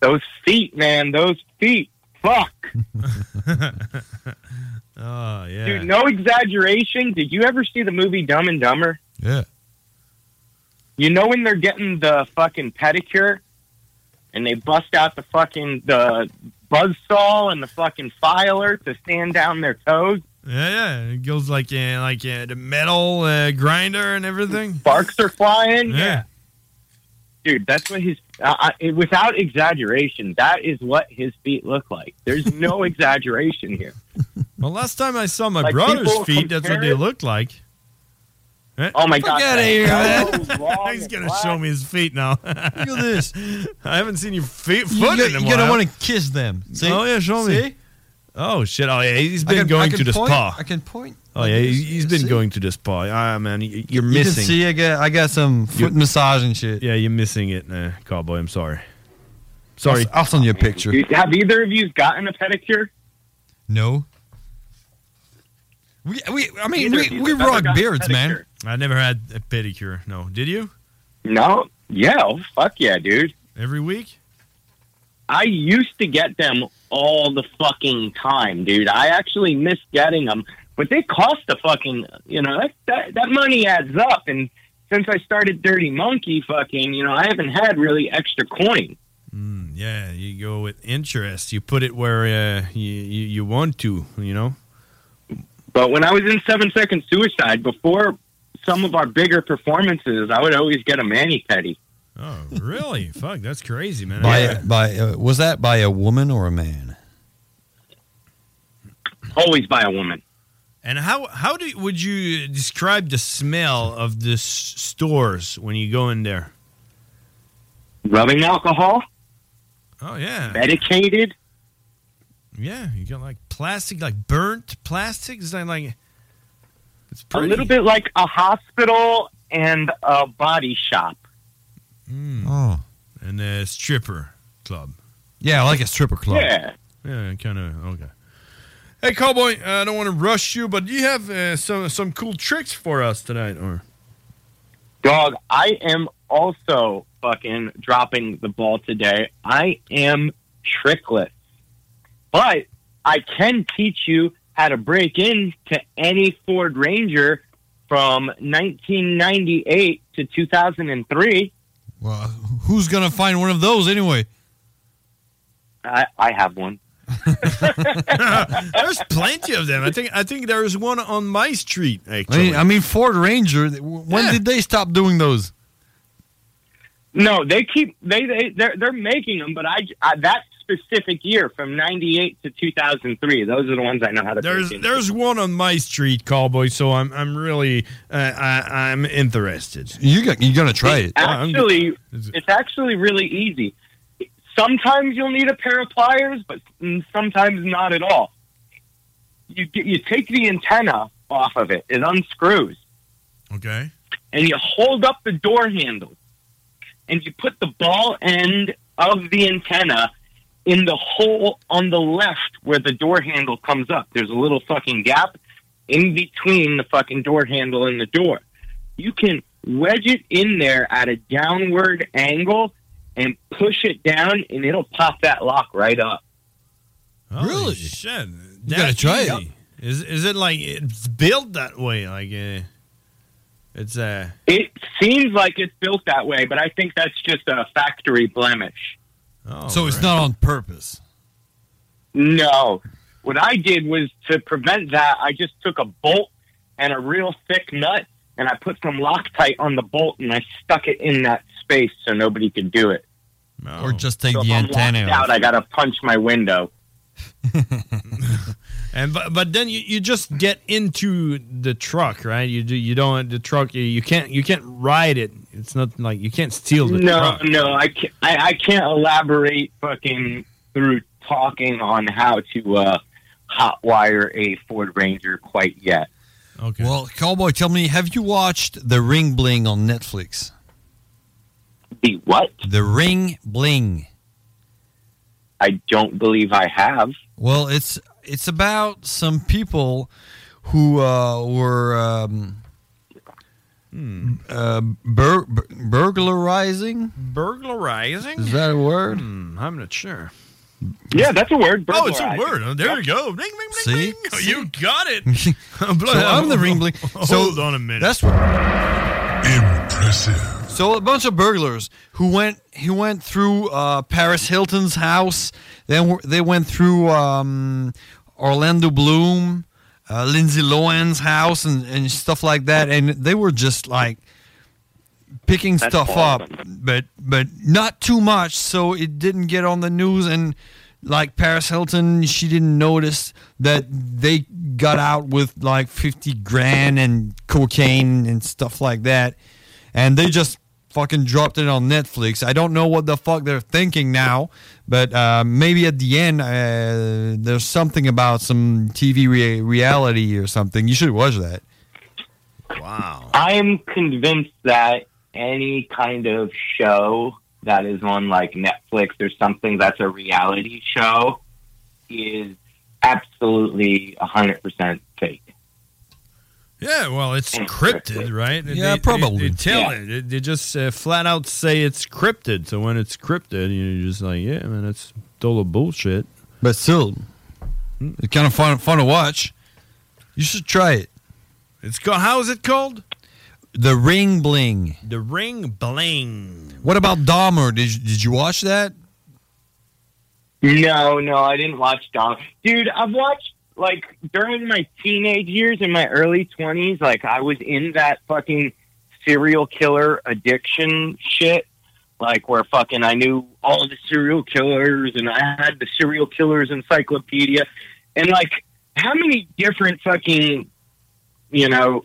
Those feet, man. Those feet. Fuck. Oh yeah, Dude, no exaggeration. Did you ever see the movie Dumb and Dumber? Yeah. You know when they're getting the fucking pedicure and they bust out the fucking the buzzsaw and the fucking filer to stand down their toes? yeah, yeah. It goes like uh, like uh, the metal uh, grinder and everything. Sparks are flying. Yeah. Dude, that's what his I, I, without exaggeration, that is what his feet look like. There's no exaggeration here. Well, last time I saw my Like, brother's people feet, that's what compare they it- looked like. Oh my Fuck God, out of man. here! Yellow, man. He's gonna show me his feet now. Look at this. I haven't seen your feet You foot go- in a you're gonna while. wanna kiss them. See? Oh yeah, show me. See? Oh shit! Oh yeah, he's been I can- I going can to the point, spa. I can point. Oh yeah, he- he's been going to the spa. Ah man, y- you're You can missing. see I got I got some foot massage and shit. Yeah, you're missing it, uh, cowboy. I'm sorry. Sorry. I'll, I'll send you a picture. Dude, have either of you gotten a pedicure? No. We, we I mean Neither of we, you we have ever rock gotten a beards, man. I never had a pedicure. No, did you? No. Yeah. oh, Fuck yeah, dude. Every week? I used to get them all the fucking time, dude. I actually miss getting them, but they cost a fucking, you know, that, that, that money adds up. And since I started Dirty Monkey, fucking, you know, I haven't had really extra coin. Yeah, you go with interest. You put it where uh, you, you you want to. You know. But when I was in Seven Second Suicide, before some of our bigger performances, I would always get a mani petty. Oh really? Fuck, that's crazy, man. By Yeah. by uh, was that by a woman or a man? Always by a woman. And how how do would you describe the smell of the s- stores when you go in there? Rubbing alcohol, Oh yeah, medicated. yeah. You got like plastic, like burnt plastic. Is that like it's A pretty? little bit like a hospital and a body shop. Oh. Hmm. And a stripper club. Yeah, like a stripper club. Yeah. Yeah, kind of okay. Hey, cowboy, I don't want to rush you, but do you have uh, some some cool tricks for us tonight, or Dog, I am also fucking dropping the ball today. I am trickless. But I can teach you how to break into any Ford Ranger from 1998 to 2003. Well, who's gonna find one of those anyway? I, I have one. there's plenty of them. I think I think there is one on my street. I Actually, mean, I mean Ford Ranger. th- When did they stop doing those? No, they keep they they they're, they're making them, but I, I that sp- specific year from 98 to 2003. Those are the ones I know how to There's pick. there's one on my street, Cowboy. So I'm I'm really uh, I, I'm interested. You got, you're gonna try it. Actually, it's actually really easy. Sometimes you'll need a pair of pliers, but mm, sometimes not at all. You get, you take the antenna off of it; it unscrews, Okay. and you hold up the door handle, and you put the ball end of the antenna in the hole on the left where the door handle comes up. There's a little fucking gap in between the fucking door handle and the door. You can wedge it in there at a downward angle and push it down, and it'll pop that lock right up. really? Shit. You gotta try it. Is is it like it's built that way? Like uh, it's uh It seems like it's built that way, but I think that's just a factory blemish. Oh, so it's not on purpose. No. What I did was to prevent that, I just took a bolt and a real thick nut and I put some Loctite on the bolt and I stuck it in that space so nobody could do it. Or just take Oh. So the if I'm locked antenna out, off. I got to punch my window. and but, but then you, you just get into the truck, right? You do you don't the truck you, you can't you can't ride it. It's not like you can't steal the no, truck. no, I can't, I, I can't elaborate fucking through talking on how to uh, hotwire a Ford Ranger quite yet. Okay. Well, Cowboy, tell me, have you watched The Ring Bling on Netflix? The what? The Ring Bling. I don't believe I have. Well, it's it's about some people who uh, were um, Hmm. uh, bur- bur- burglarizing. Burglarizing? Is that a word? I'm not sure. Hmm. Yeah, that's a word. Oh, it's a burglarizing. word. Oh, there you go. Bling, bling, bling, See? bling. Oh, You got it. so I'm the ring bling. So Hold on a minute. That's impressive. So a bunch of burglars who went who went through uh, Paris Hilton's house. Then w- they went through um, Orlando Bloom, uh, Lindsay Lohan's house, and, and stuff like that. And they were just like picking That's stuff awesome. up, but but not too much, so it didn't get on the news. And like Paris Hilton, she didn't notice that they got out with like fifty grand and cocaine and stuff like that, and they just fucking dropped it on Netflix. I don't know what the fuck they're thinking now, but uh, maybe at the end uh, there's something about some TV rea- reality or something. You should watch that. Wow. I'm convinced that any kind of show that is on like Netflix or something that's a reality show is absolutely 100% fake. Yeah, well, it's cryptid, right? Yeah, probably. They, tell Yeah. it. They, they just uh, flat out say it's cryptid. So when it's cryptid, you're just like, yeah, man, that's total bullshit. Hmm? But still, it's kind of fun fun to watch. You should try it. It's called. How is it called? The Ring Bling. The ring bling. What about Dahmer? Did you, did you watch that? No, no, I didn't watch Dom. Dude, I've watched like during my teenage years and my early 20s, like I was in that fucking serial killer addiction shit. Like where fucking I knew all the serial killers and I had the serial killers encyclopedia. And like how many different fucking you know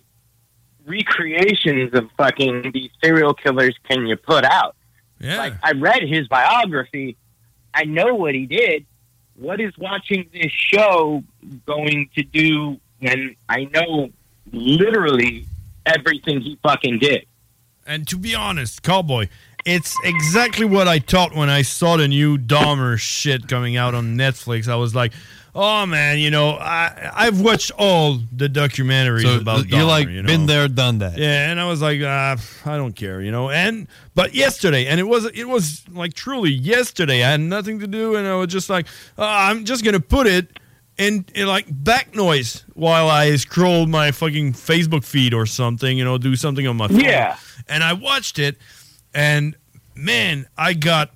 recreations of fucking these serial killers can you put out? Yeah. Like I read his biography. I know what he did. What is watching this show going to do when I know literally everything he fucking did? And to be honest, Cowboy, it's exactly what I thought when I saw the new Dahmer shit coming out on Netflix. I was like, oh man, you know, I I've watched all the documentaries So about you're Dahmer, like you know? been there, done that. Yeah, and I was like, uh, I don't care, you know. And but yesterday, and it was it was like truly yesterday. I had nothing to do, and I was just like, uh, I'm just gonna put it in, in like back noise while I scroll my fucking Facebook feed or something, you know, do something on my phone. Yeah. And I watched it, and man, I got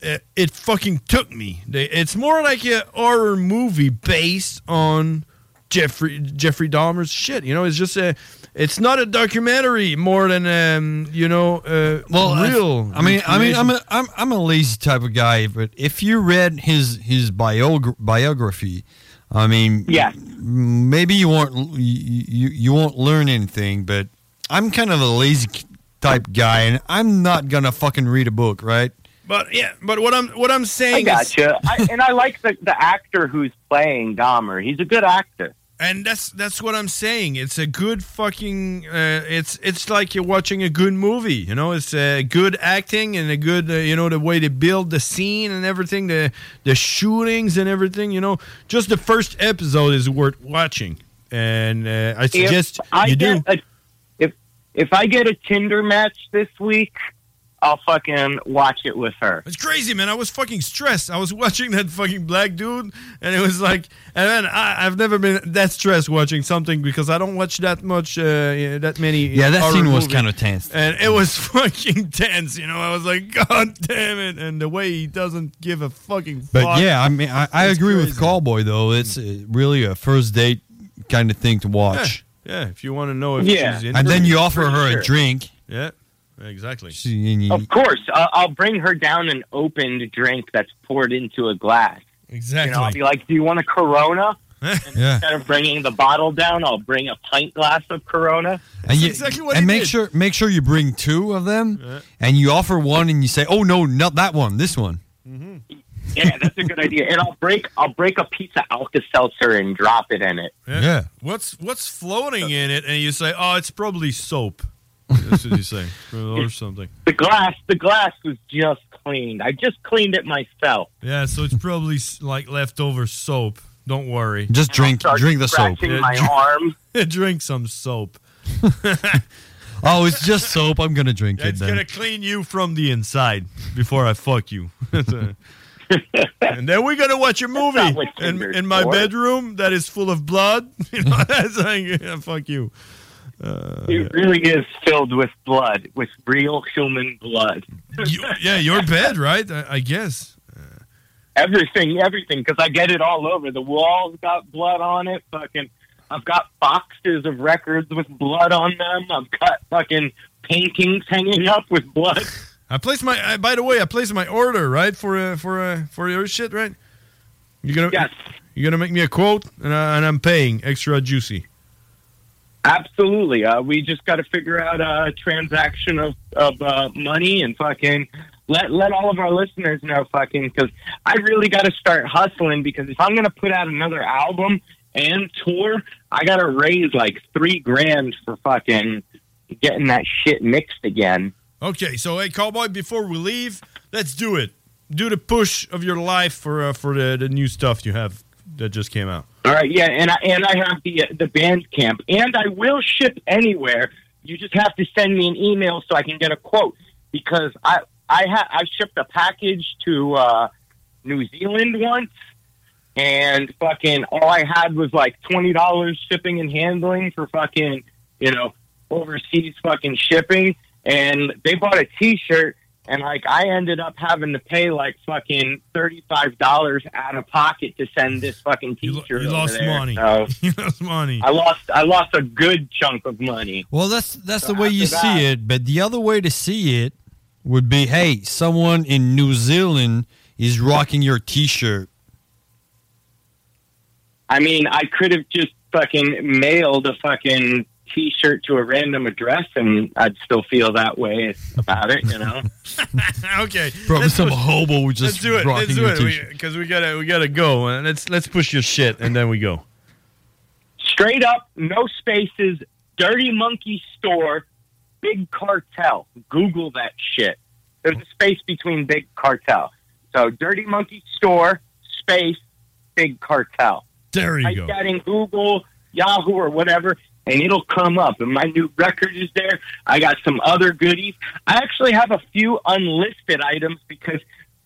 it, it fucking took me. They- It's more like a horror movie based on Jeffrey Jeffrey Dahmer's shit. You know, it's just a. It's not a documentary more than um, you know. Uh, well, I- real. I, mean, I mean, I'm a, I'm I'm a lazy type of guy, but if you read his his biogra- biography, I mean, yeah, maybe you won't l- you, you you won't learn anything. But I'm kind of a lazy k- type guy, and I'm not gonna fucking read a book, right? But yeah, but what I'm what I'm saying. I is- gotcha. I, and I like the, the actor who's playing Dahmer. He's a good actor. And that's that's what I'm saying. It's a good fucking. Uh, it's it's like you're watching a good movie. You know, it's uh, good acting and a good. Uh, you know, the way they build the scene and everything, the the shootings and everything. You know, just the first episode is worth watching. And uh, I suggest if I you do. get A, if if I get a Tinder match this week, I'll fucking watch it with her. It's crazy, man. I was fucking stressed. I was watching that fucking black dude, and it was like, and then I, I've never been that stressed watching something because I don't watch that much, uh, yeah, that many. Yeah, that horror scene was movies. kind of tense. And it was fucking tense, you know. I was like, God damn it! And the way he doesn't give a fucking. But fuck. yeah, I mean, I, I agree with Callboy though. It's uh, really a first date kind of thing to watch. Yeah, if you want to know if she's in and it. then you offer her sure. a drink. Yeah, exactly. She- and you- Of course, uh, I'll bring her down an opened drink that's poured into a glass. Exactly. You know, I'll be like, "Do you want a Corona?" yeah. Instead of bringing the bottle down, I'll bring a pint glass of Corona. And you, and make sure make sure you bring two of them, and you offer one, and you say, "Oh no, not that one, this one." Yeah, that's a good idea. And I'll break I'll break a piece of Alka Seltzer and drop it in it. Yeah. What's what's floating in it? And you say, oh, it's probably soap. That's what you say, or something. The glass the glass was just cleaned. I just cleaned it myself. Yeah, so it's probably s- like leftover soap. Don't worry. Just drink- start drink the soap. scratching my arm. drink some soap. Oh, it's just soap. I'm gonna drink it. It's Then. gonna clean you from the inside before I fuck you. and then we're gonna watch a movie in, Tinder's in my for. bedroom that is full of blood. You know, that's like, yeah, fuck you. Uh, It really is filled with blood, with real human blood. yeah, your bed, right? I, I guess. Everything, everything, because I get it all over. The walls got blood on it. Fucking, I've got boxes of records with blood on them. I've got fucking paintings hanging up with blood. I placed my. I, by the way, I placed my order right for uh, for uh, for your shit, right? You gonna yes. You gonna make me a quote, and, I, and I'm paying extra juicy. Absolutely. Uh, we just got to figure out a transaction of, of uh, money and fucking let let all of our listeners know fucking because I really got to start hustling because if I'm gonna put out another album and tour, I got to raise like three grand for fucking getting that shit mixed again. Okay, so hey, cowboy, before we leave, let's do it. Do the push of your life for uh, for the, the new stuff you have that just came out. All right, yeah, and I and I have the uh, the band camp, and I will ship anywhere. You just have to send me an email so I can get a quote because I I ha- I shipped a package to uh, New Zealand once, and fucking all I had was like twenty dollars shipping and handling for fucking you know overseas fucking shipping, and they bought a T-shirt. And like I ended up having to pay like fucking thirty five dollars out of pocket to send this fucking T-shirt. You over lost there. money. So you lost money. I lost I lost a good chunk of money. Well, that's that's So the way you after that- see it. But the other way to see it would be, hey, someone in New Zealand is rocking your T-shirt. I mean, I could have just fucking mailed a fucking T-shirt to a random address, and I'd still feel that way about it. You know. okay, Probably let's some push- hobo who just let's do it. Let's rocking do your it t-shirt. because we, gotta we gotta go. Uh, Let's let's push your shit and then we go. straight up, no spaces, Dirty Monkey Store, Big Cartel. Google that shit. There's a space between Big Cartel. So Dirty Monkey Store, space, Big Cartel. There you Type go. that in Google, Yahoo, or whatever, and it'll come up. And my new record is there. I got some other goodies. I actually have a few unlisted items because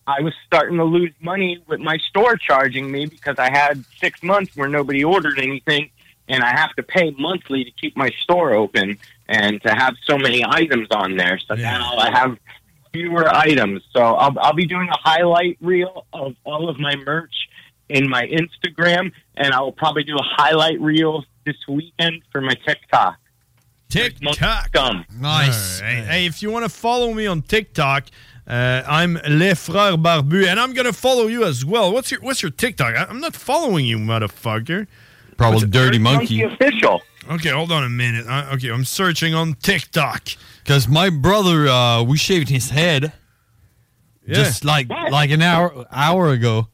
I was starting to lose money with my store charging me because I had six months where nobody ordered anything, and I have to pay monthly to keep my store open and to have so many items on there. So now I have fewer items. So I'll, I'll be doing a highlight reel of all of my merch in my Instagram, and I will probably do a highlight reel this weekend for my TikTok. TikTok. Scum. Nice. Hey, hey, if you want to follow me on TikTok, uh, I'm Les Frères Barbu, and I'm gonna follow you as well. What's your What's your TikTok? I, am not following you, motherfucker. Probably What's- Dirty Monkey. official. Okay, hold on a minute. I, okay, I'm searching on TikTok. Because my brother, uh, we shaved his head just like like an hour hour ago.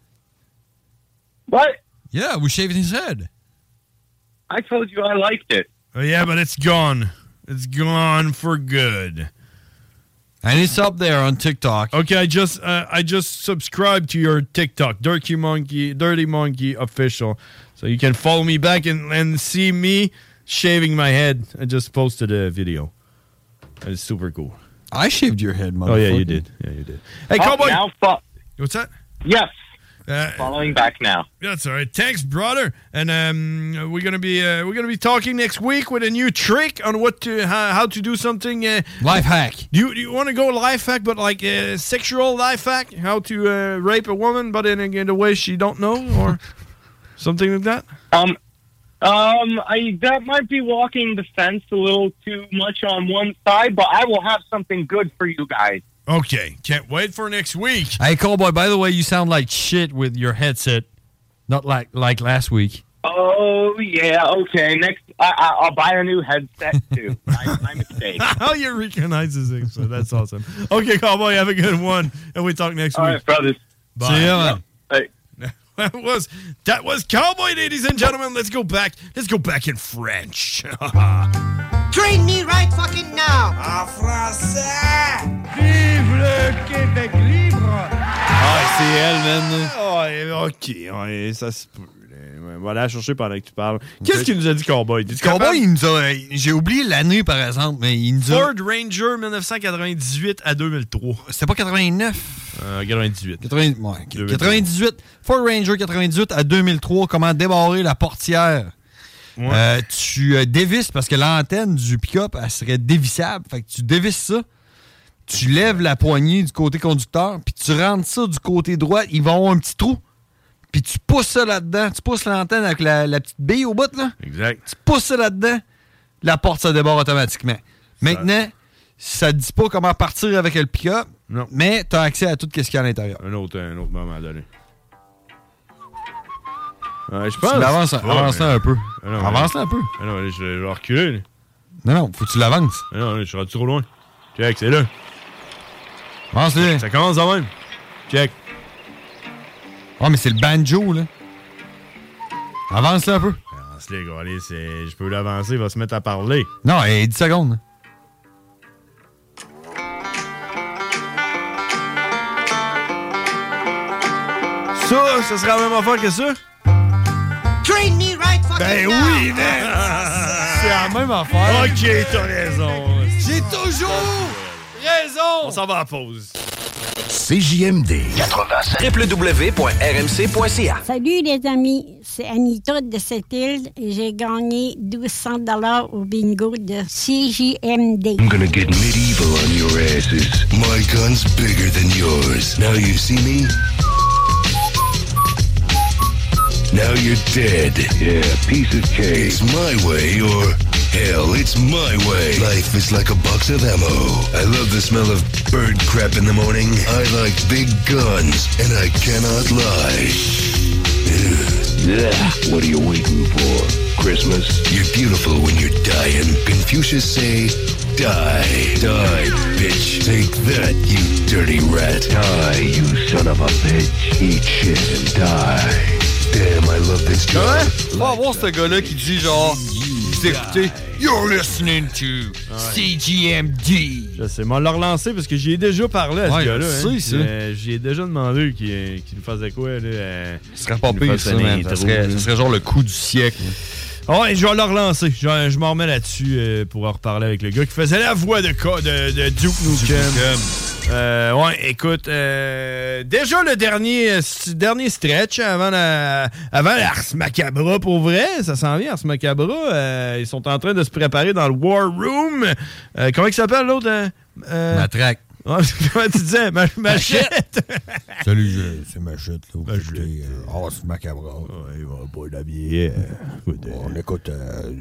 What? Yeah, we shaved his head. I told you I liked it. Oh, yeah, but it's gone. It's gone for good. And it's up there on TikTok. Okay, I just uh, I just subscribed to your TikTok, Dirty Monkey, Dirty Monkey official, so you can follow me back and, and see me shaving my head. I just posted a video. It's super cool. I shaved your head, motherfucker. Oh yeah, you did. Yeah, you did. Hey, Oh, cowboy. now fo- What's that? Uh, Yes. Following back now. That's all right. Thanks, brother. And um, we're gonna be uh, we're gonna be talking next week with a new trick on what to how, how to do something. Uh, life hack. Do you, do you want to go life hack, but like uh, sexual life hack? How to uh, rape a woman, but in, in a way she don't know, or something like that? Um, Um, I that might be walking the fence a little too much on one side, but I will have something good for you guys. Okay, can't wait for next week. Hey, Cowboy, by the way, you sound like shit with your headset. Not like like last week. Oh yeah, okay. Next, I, I, I'll buy a new headset too. my, my mistake. How you recognize his so That's awesome. Okay, cowboy, have a good one, and we talk next All week. right, brothers. Bye. See ya, man. that was that was cowboy, ladies and gentlemen. Let's go back. Let's go back in French. Ah, Train me right fucking now! En français! Vive le Québec libre! Ah, c'est elle, man. ok, ouais, ça se peut. là. Ouais, Voilà, chercher pendant que tu parles. Qu'est-ce qu'il nous a dit, Cowboy? T'es-tu Cowboy, capable? il nous a. euh, J'ai oublié l'année, par exemple, mais il nous a. Ford Ranger 1998 à 2003. C'était pas 89? Euh, 98. 80, ouais, 98. Ford Ranger 98 à 2003, comment débarrer la portière. Ouais. Euh, tu euh, dévisses parce que l'antenne du pick-up, elle serait dévissable. Fait que tu dévisses ça. Tu lèves la poignée du côté conducteur, puis tu rentres ça du côté droit. Ils vont avoir un petit trou. Puis tu pousses ça là-dedans. Tu pousses l'antenne avec la, la petite bille au bout, là. Exact. Tu pousses ça là-dedans. La porte, ça débarre automatiquement. Maintenant, ça ne dit pas comment partir avec le pick-up, mais tu as accès à tout ce qu'il y a à l'intérieur. Un autre, un autre moment donné. Ouais, je Tu pense. l'avances- Ouais, avance-la mais- un peu. Ah non, Avance-la mais- un peu. Ah non, mais je vais je vais reculer. là. Non, non, faut que tu l'avances. Ah non, je suis rendu trop loin. Check, c'est là. Ça commence de même. Check. Ah, mais c'est le banjo, là. Avance-la un peu. Avance les gars, allez, c'est- je peux l'avancer, il va se mettre à parler. Non, et 10 secondes. Ça, ça serait la même affaire que ça? Train me right fucking Ben Ah, now! oui, man! C'est la même affaire. Ok, t'as raison. J'ai toujours raison! On s'en va à la pause. CJMD 96. www.rmc.ca Salut les amis, c'est Anita de cette île et j'ai gagné 1200 dollars au bingo de CJMD. I'm gonna get medieval on your asses. My gun's bigger than yours. Now you see me? Now you're dead. Yeah, piece of cake. It's my way or hell, it's my way. Life is like a box of ammo. I love the smell of bird crap in the morning. I like big guns, and I cannot lie. Ugh. What are you waiting for? Christmas? You're beautiful when you're dying. Confucius say, die, die, bitch. Take that, you dirty rat. Die, you son of a bitch. Eat shit and die. Damn, I love this job. Hein? Va voir ce gars-là qui dit genre. Vous écoutez. You're listening to CGMD. Je sais, mais on l'a relancé parce que j'y ai déjà parlé à Ouais, ce gars-là. je hein. sais, ça. Euh, J'y ai déjà demandé qu'il euh, qu'il nous fasse de quoi. Là, euh, Ce serait pas qu'il nous pire, fasse ça, une man. intro, Ça serait, là. ça serait genre le coup du siècle. Ouais, je vais le relancer. Je, je m'en remets là-dessus euh, pour en reparler avec le gars qui faisait la voix de, co- de, de Duke Nukem. Euh, ouais, écoute, euh, déjà le dernier, euh, st- dernier stretch avant la, avant la Ars Macabra, pour vrai, ça s'en vient, Ars Macabra. Euh, ils sont en train de se préparer dans le War Room. Euh, comment il s'appelle l'autre? euh? Euh, Matraque. Ah, Comment tu disais? Ma, machette! Salut, je- c'est Machette. Là, vous écoutez euh, Ars Macabre. on écoute euh,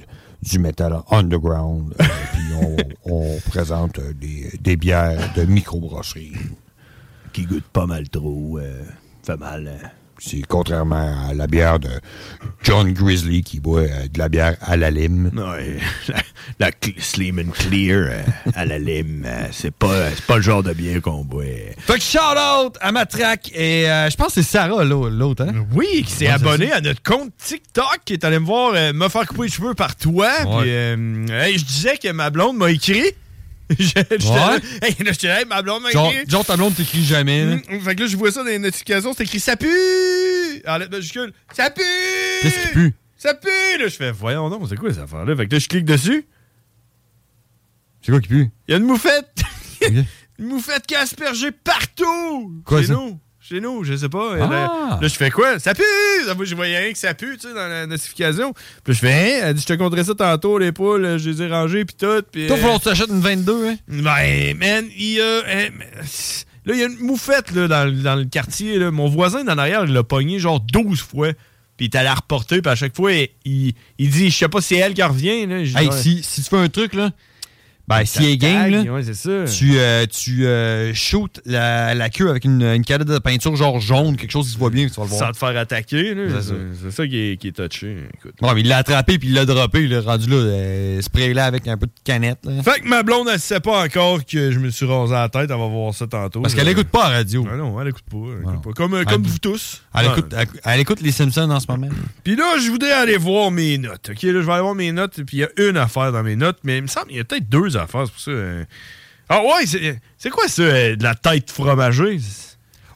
du métal underground. euh, puis on, on présente euh, des, des bières de microbrasserie. Qui goûtent pas mal trop. euh, fait mal. hein. C'est contrairement à la bière de John Grizzly qui boit euh, de la bière à la lime. Euh, Ouais, la, la cl- Slim and Clear euh, à la lime, euh, c'est pas, c'est pas le genre de bière qu'on boit. Fait que shout out à Matraque et euh, je pense que c'est Sarah l'au- l'autre, hein? Oui, qui s'est abonné à notre compte TikTok, qui est allé me voir euh, me faire couper les cheveux par toi. Puis, euh, hey, je disais que ma blonde m'a écrit. Je- J'étais là, Ouais. hey, là, j'étais là, hey, ma blonde m'a Genre, écrit. genre ta blonde t'écrit jamais. là. Mm, Fait que là, je vois ça dans les notifications, c'est écrit Ça pue En lettres majuscules, Ça pue Qu'est-ce qui pue? Ça pue Là, je fais Voyons donc, c'est quoi cette affaire-là Fait que là, je clique dessus. C'est quoi qui pue? Il y a une moufette Une moufette qui a aspergé partout Quoi, Chez ça? nous Chez nous, je sais pas. Et Ah! Là, là, je fais quoi Ça pue Là, Moi, je voyais rien que ça pue, tu sais, dans la notification. Puis là, je fais Hein Elle dit Je te compterai ça tantôt, les poules, je les ai rangées, puis tout. Puis. Toi, euh, faut qu'on t'achète une 22, hein? ben, man, il y a. hein, Là, il y a une moufette là, dans, dans le quartier. là. Mon voisin d'en arrière, il l'a pogné genre 12 fois. Puis il est allé la reporter. Puis à chaque fois, il, il- il dit Je sais pas si c'est elle qui revient. Là. Hey, si, si tu fais un truc, là, ben, si Ça est game, tag, là, ouais, c'est ça. tu, euh, tu euh, shoots la, la queue avec une, une canette de peinture genre jaune, quelque chose qui se voit bien, tu vas le Sans voir. te faire attaquer. là. C'est C'est ça. c'est ça qui est, qui est touché. Écoute. Ouais, mais il l'a attrapé, puis il l'a droppé, il l'a rendu là, euh, spray là avec un peu de canette. là. Fait que ma blonde, elle sait pas encore que je me suis rasé la tête. Elle va voir ça tantôt. Parce qu'elle Je- écoute pas la radio. Ah non, elle écoute pas. elle écoute Non. pas. Comme, euh, Elle- comme vous tous. Ah. Elle, Ouais. écoute, elle, elle écoute les Simpsons en ce moment. Puis là, je voudrais aller voir mes notes. OK, là, je vais aller voir mes notes. Puis il y a une affaire dans mes notes, mais il me semble qu'il y a peut-être deux affaires. C'est pour ça. euh. Ah ouais, c'est c'est quoi ça, euh, de la tête fromagée?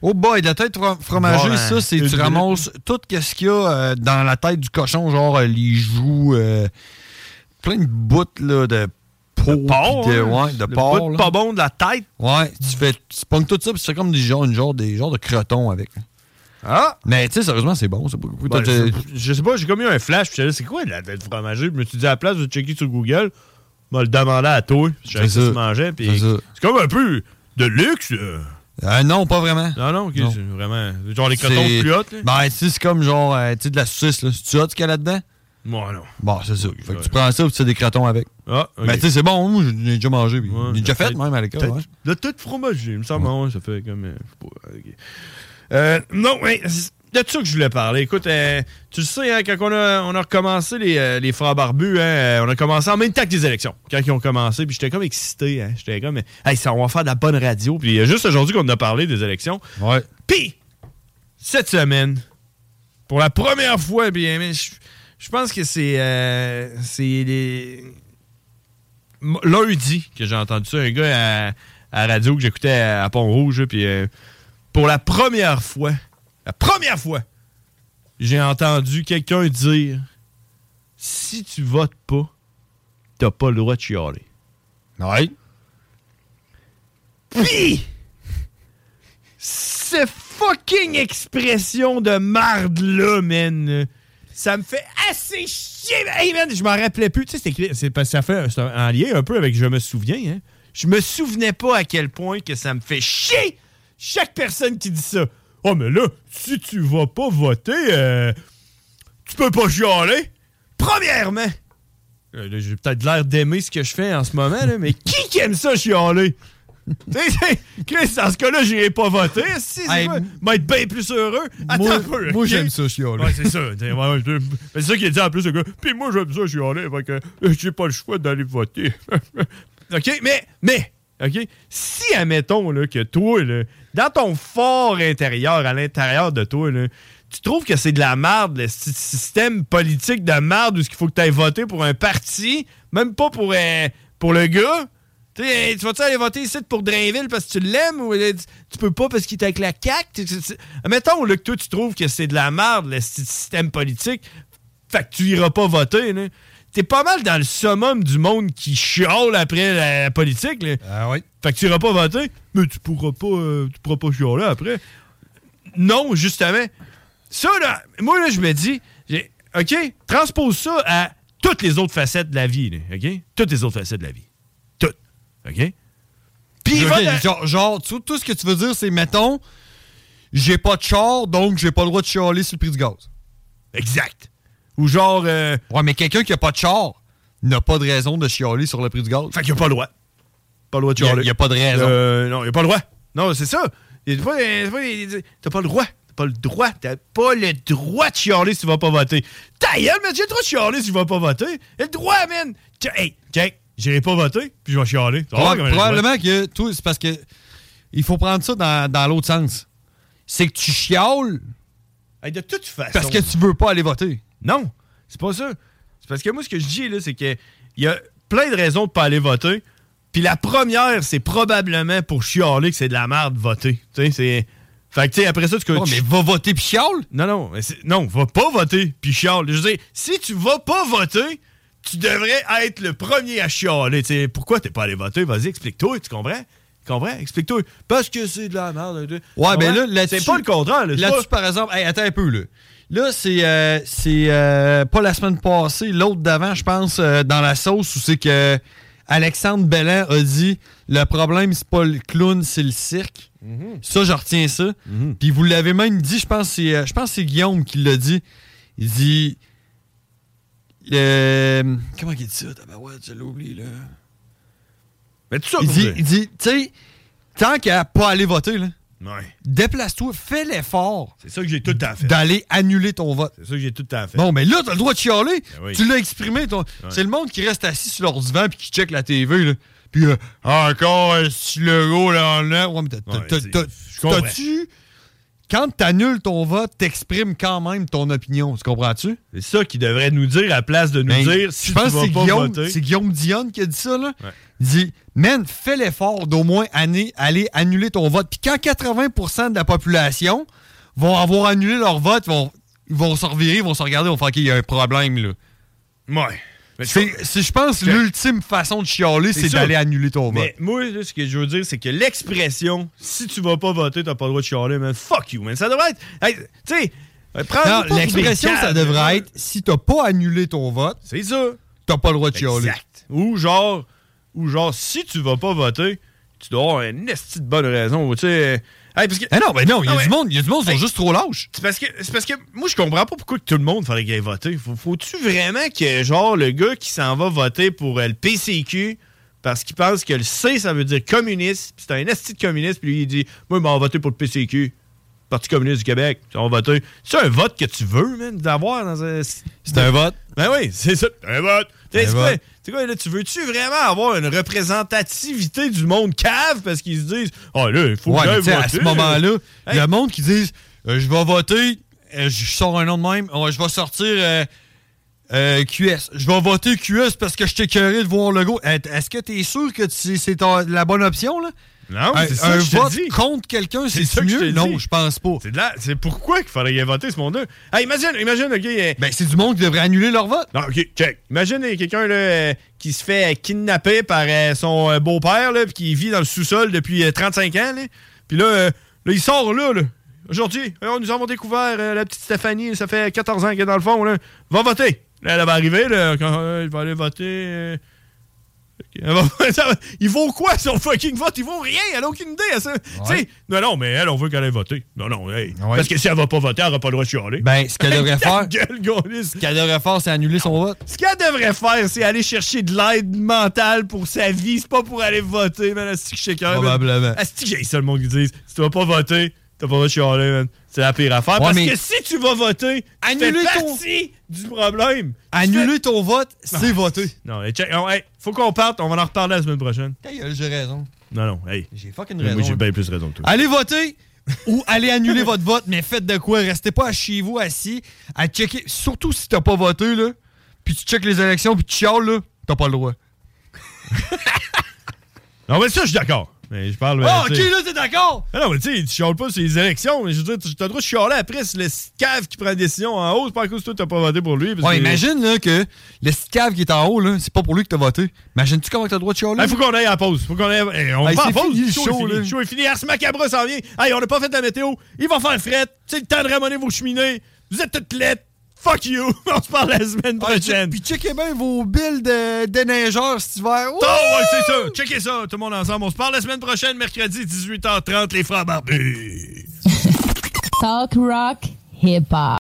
Oh boy, de la tête Fromager, ça, c'est tu ramasses tout ce qu'il y a euh, dans la tête du cochon, genre euh, les joues, euh, plein de bouts là, de peau. De porc, de, hein? ouais, de Le porc, bout de là. pas bon de la tête. Ouais, tu fais, tu pognes tout ça, puis tu fais comme des genres, une genre, des genres de crotons avec. Ah! Mais tu sais, sérieusement, c'est bon. C'est pas, Ben, Toi, t'es- je, je sais pas, j'ai comme eu un flash. Puis j'étais là, c'est quoi de la tête fromagée? Puis Je me suis dit, à la place de checker sur Google, je me le demandais à toi. Je savais que C'est ça se ça. mangeait. Puis C'est ça. c'est comme un peu de luxe. euh. Euh, non, pas vraiment. Non, non, ok, Non. c'est vraiment. Genre les cotons C'est- plus hautes. là. Ben, tu sais, c'est comme genre, euh, tu sais, de la saucisse, là. C'est-tu hot ce qu'il y a là-dedans? Moi, non. Bon, c'est ça. Fait que tu prends ça, puis tu fais des crotons avec. Ah, ok. Ben, tu sais, c'est bon, moi, j'ai déjà mangé. puis j'ai déjà fait, Peut-être- même, à l'école. peut-être ouais. De tout fromager, il me semble. ouais, ça fait comme. euh, je sais pas, ok. Euh, non, mais c'est de ça que je voulais parler. Écoute, euh, tu le sais, hein, quand on a, on a recommencé les, euh, les frères barbus, hein, euh, on a commencé en même temps que les élections. Quand ils ont commencé, puis j'étais comme excité. Hein, j'étais comme, hey, ça, on va faire de la bonne radio. Puis euh, juste aujourd'hui qu'on en a parlé des élections. Ouais. Puis, cette semaine, pour la première fois, bien, mais je je pense que c'est. euh, c'est les m- lundi que j'ai entendu ça, un gars à, à radio que j'écoutais à, à Pont-Rouge, là, puis euh, pour la première fois, la première fois, j'ai entendu quelqu'un dire si tu votes pas, t'as pas le droit de chialer. Ouais. Puis, cette fucking expression de marde-là, man, ça me fait assez chier. Hey, man, je m'en rappelais plus. Tu sais, c'est écrit- c'est parce que ça fait c'est un- en lien un peu avec Je me souviens. Hein. Je me souvenais pas à quel point que ça me fait chier chaque personne qui dit ça. Oh, mais là, si tu vas pas voter, euh, tu peux pas chialer. Premièrement, euh, là, j'ai peut-être l'air d'aimer ce que je fais en ce moment, là, mais qui qui aime ça chialer? Tu sais, c'est- Chris, dans ce cas-là, j'irai pas voter. Si, c'est Hey, pas- m'être bien plus heureux. Attends moi- un peu. moi, ok? j'aime ça chialer. Ouais, c'est ça. T'sais, ouais, ouais, t'sais, mais c'est ça qu'il a dit en plus, le gars. Puis moi, j'aime ça chialer. Fait que euh, j'ai pas le choix d'aller voter. OK, mais, mais, OK, si, admettons, là, que toi, là, dans ton fort intérieur, à l'intérieur de toi, là, tu trouves que c'est de la merde, le sy- système politique de merde, où ce qu'il faut que tu ailles voter pour un parti, même pas pour, euh, pour le gars. Tu sais, hey, tu vas-tu aller voter ici pour Drainville parce que tu l'aimes ou euh, tu- tu peux pas parce qu'il est avec la CAQ? Mettons là, que toi, tu trouves que c'est de la merde, le sy- système politique. Fait que tu iras pas voter, là. T'es pas mal dans le summum du monde qui chiale après la, la politique, là. Ah oui. Fait que tu iras pas voter, mais tu pourras pas, euh, tu pourras pas chialer après. Non, justement. Ça, là, moi, là, je me dis, j'ai- OK, transpose ça à toutes les autres facettes de la vie, là, OK? Toutes les autres facettes de la vie. Toutes. OK? Puis il Ok, va dans- genre, genre, tout, tout ce que tu veux dire, c'est, mettons, j'ai pas de char, donc j'ai pas le droit de chialer sur le prix du gaz. Exact. Ou genre... euh, ouais, mais quelqu'un qui a pas de char n'a pas de raison de chialer sur le prix du gaz. Fait qu'il a pas le droit. Pas le droit de Il y a- chialer. il y a pas de raison. Euh, non, il n'y a pas le droit. Non, c'est ça. Il y a pas- c'est pas- il- T'as pas le droit. T'as pas le droit. T'as pas le droit de chialer si tu vas pas voter. Ta gueule, mais j'ai le droit de chialer si tu vas pas voter. J'ai le droit, man. Tiens, Hey, check. J'irai pas voter, puis je vais chialer. Tu vas voir Proba- comment j'ai le droit. probablement que tout, c'est parce que il faut prendre ça dans, dans l'autre sens. C'est que tu chiales Hey, de toute façon. parce que tu veux pas aller voter. Non, c'est pas ça. C'est parce que moi, ce que je dis, là, c'est que il y a plein de raisons de pas aller voter. Puis la première, c'est probablement pour chialer que c'est de la merde voter. Tu sais, c'est. Fait que, tu sais, après ça, tu. Ouais, mais va voter puis chiale? Non, non, mais c'est- non, va pas voter puis chiale. Je veux dire, si tu vas pas voter, tu devrais être le premier à chialer. Tu sais, pourquoi t'es pas allé voter? Vas-y, explique-toi, tu comprends? Tu comprends? Explique-toi. Parce que c'est de la merde. tu sais. Ouais, Tu ben là, comprends? là Ah C'est pas le contraire. là, c'est Là-dessus, pas- par exemple, hey, attends un peu, là. Là, c'est euh, c'est, euh, pas la semaine passée, l'autre d'avant, je pense, euh, dans la sauce, où c'est que Alexandre Bellin a dit le problème, c'est pas le clown, c'est le cirque. Mhm. Ça, je retiens ça. Puis vous l'avez même dit, je pense, c'est, euh, je pense que c'est Guillaume qui l'a dit. Il dit. euh, comment il dit ça? Tabarouette, je l'ai oublié, là. Mais tout ça, il pour dit, dire. il dit, tu sais, tant qu'à pas aller voter, là, Ouais. déplace-toi, fais l'effort C'est ça que j'ai tout le temps fait. d'aller annuler ton vote. C'est ça que j'ai tout le temps fait. Bon, mais là, t'as le droit de chialer. Ben oui. Tu l'as exprimé. ton- C'est le monde qui reste assis sur leur divan puis qui check la TV. Là. Puis euh, encore un petit logo là en là. Ouais, mais t'as- t'as- Ouais, t'as- c'est- t'as- je comprends. T'as-tu. Quand t'annules ton vote, t'exprimes quand même ton opinion. Tu comprends-tu? C'est ça qui devrait nous dire à la place de nous Ben, dire si je pense tu vas que c'est pas Guillaume, voter. c'est Guillaume Dionne qui a dit ça. Là. Il dit Man, fais l'effort d'au moins année- aller annuler ton vote. Puis quand 80 de la population vont avoir annulé leur vote, vont, ils vont se revirer, ils vont se regarder, ils vont faire qu'il y a un problème. Là. Euh, Ouais. C'est, c'est, je pense, Check. l'ultime façon de chialer, c'est, C'est sûr. d'aller annuler ton vote. Mais moi, là, ce que je veux dire, c'est que l'expression si tu vas pas voter, t'as pas le droit de chialer, man. Fuck you, man. Ça devrait être. Hey, tu sais, euh, prends Non, l'expression, ça devrait être si t'as pas annulé ton vote, c'est ça. t'as pas le droit de chialer. Exact. Ou genre, ou genre, si tu vas pas voter, tu dois avoir une esti de bonne raison. ou Tu sais. Hey, parce que... Ah non, ben non, il y a du monde, il y a du monde qui sont juste trop lâches. C'est parce que, c'est parce que moi, je comprends pas pourquoi que tout le monde fallait qu'il aille voter. Faut, faut-tu vraiment que, genre, le gars qui s'en va voter pour euh, le PCQ parce qu'il pense que le C, ça veut dire communiste, puis c'est un esti de communiste, puis lui, il dit Moi, ben, on va voter pour le PCQ, Parti communiste du Québec, on va voter. C'est un vote que tu veux, man, d'avoir dans un. C'est un vote. Ben oui, c'est ça, un vote. Tu sais, Un c'est quoi- vote. tu sais quoi, là, tu veux-tu vraiment avoir une représentativité du monde cave parce qu'ils se disent Ah là, il faut Ouais, que j'aille mais tu sais, à voter, ce là. moment-là, Hey. le monde qui dit je vais voter, euh, je sors un nom de même, euh, je vais sortir euh, euh, QS. Je vais voter QS parce que je t'ai curé de voir le go. Euh, Est-ce que t'es sûr que tu- c'est ta- la bonne option, là? Non, Un- c'est ça un que je te vote dis. contre quelqu'un, c'est, ça que je te mieux? dis. Non, je pense pas. C'est de la- c'est pourquoi qu'il fallait y voter ce monde-là. Hey, imagine, imagine, OK. euh, Ben, c'est du monde qui devrait annuler leur vote. Non, OK, check. Imagine euh, quelqu'un là, euh, qui se fait euh, kidnapper par euh, son euh, beau-père, là, puis qui vit dans le sous-sol depuis euh, 35 ans, là. Puis là, euh, là, il sort là, là. Aujourd'hui, Euh, nous avons découvert euh, la petite Stéphanie, ça fait 14 ans qu'elle est dans le fond, là. Va voter. Là, elle va arriver, là, quand euh, il va aller voter. euh, elle va- ça va- Ils vont quoi son fucking vote? Ils vont rien, elle a aucune idée. elle, ça. Tu sais, non, non, mais elle, on veut qu'elle aille voter. Non, non, hey. Parce que si elle va pas voter, elle n'aura pas le droit de chialer. Ben, ce qu'elle devrait Ta faire- gueule, gaulliste. Ce qu'elle devrait faire, c'est annuler son vote. Ce qu'elle devrait faire, c'est aller chercher de l'aide mentale pour sa vie. C'est pas pour aller voter, man. Asti que je sais quand même. Probablement. Asti que j'ai ça, le monde qui dit si tu vas pas voter, t'as pas le droit de chialer, man. C'est la pire affaire. Ouais, parce mais- que si tu vas voter, Annuler annuler ton- partie du problème. Annuler ton vote, c'est voter. Ah. Non, hey, check. oh, hey, faut qu'on parte. On va en reparler la semaine prochaine. Ta gueule, J'ai raison. Non, non, hey. J'ai fucking Moi, raison, j'ai hein. bien plus raison que toi. Allez voter ou allez annuler votre vote, mais faites de quoi. Restez pas chez vous assis à checker. Surtout si t'as pas voté, là, puis tu checkes les élections, puis tu chiales, là, t'as pas le droit. Non, mais ça, je suis d'accord. Mais je parle. Ah, euh, ok, tu sais- là, t'es d'accord? Ah non, mais tu sais, tu chiales pas sur les élections. Mais je veux dire, tu- t'as le droit de chialer après sur le cave qui prend la décision en haut. C'est pas à cause que toi, t'as pas voté pour lui. parce Ouais, que- imagine, là, que le petit cave qui est en haut, là, c'est pas pour lui que t'as voté. Imagine-tu comment t'as le droit de chialer? Hey, Ben, faut qu'on aille à la pause. Faut qu'on aille. à- hey, on Hey, va à c'est la pause. fini, le le show, show, est fini. là. Le show est fini. Ars Macabre s'en vient. Hey, on n'a pas fait de la météo. Il va faire fret. C'est le temps de ramener vos cheminées. Vous êtes toutes lettres. Fuck you! On se parle la semaine prochaine. Puis checkez bien vos billes de déneigeurs cet hiver. Oh, ouais, c'est ça. Checkez ça, tout le monde ensemble. On se parle la semaine prochaine, mercredi 18h30, les frères barbus. Talk rock hip hop.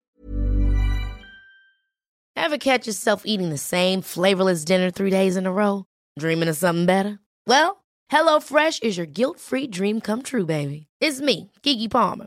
Ever catch yourself eating the same flavorless dinner three days in a row? Dreaming of something better? Well, HelloFresh is your guilt free dream come true, baby. It's me, Gigi Palmer.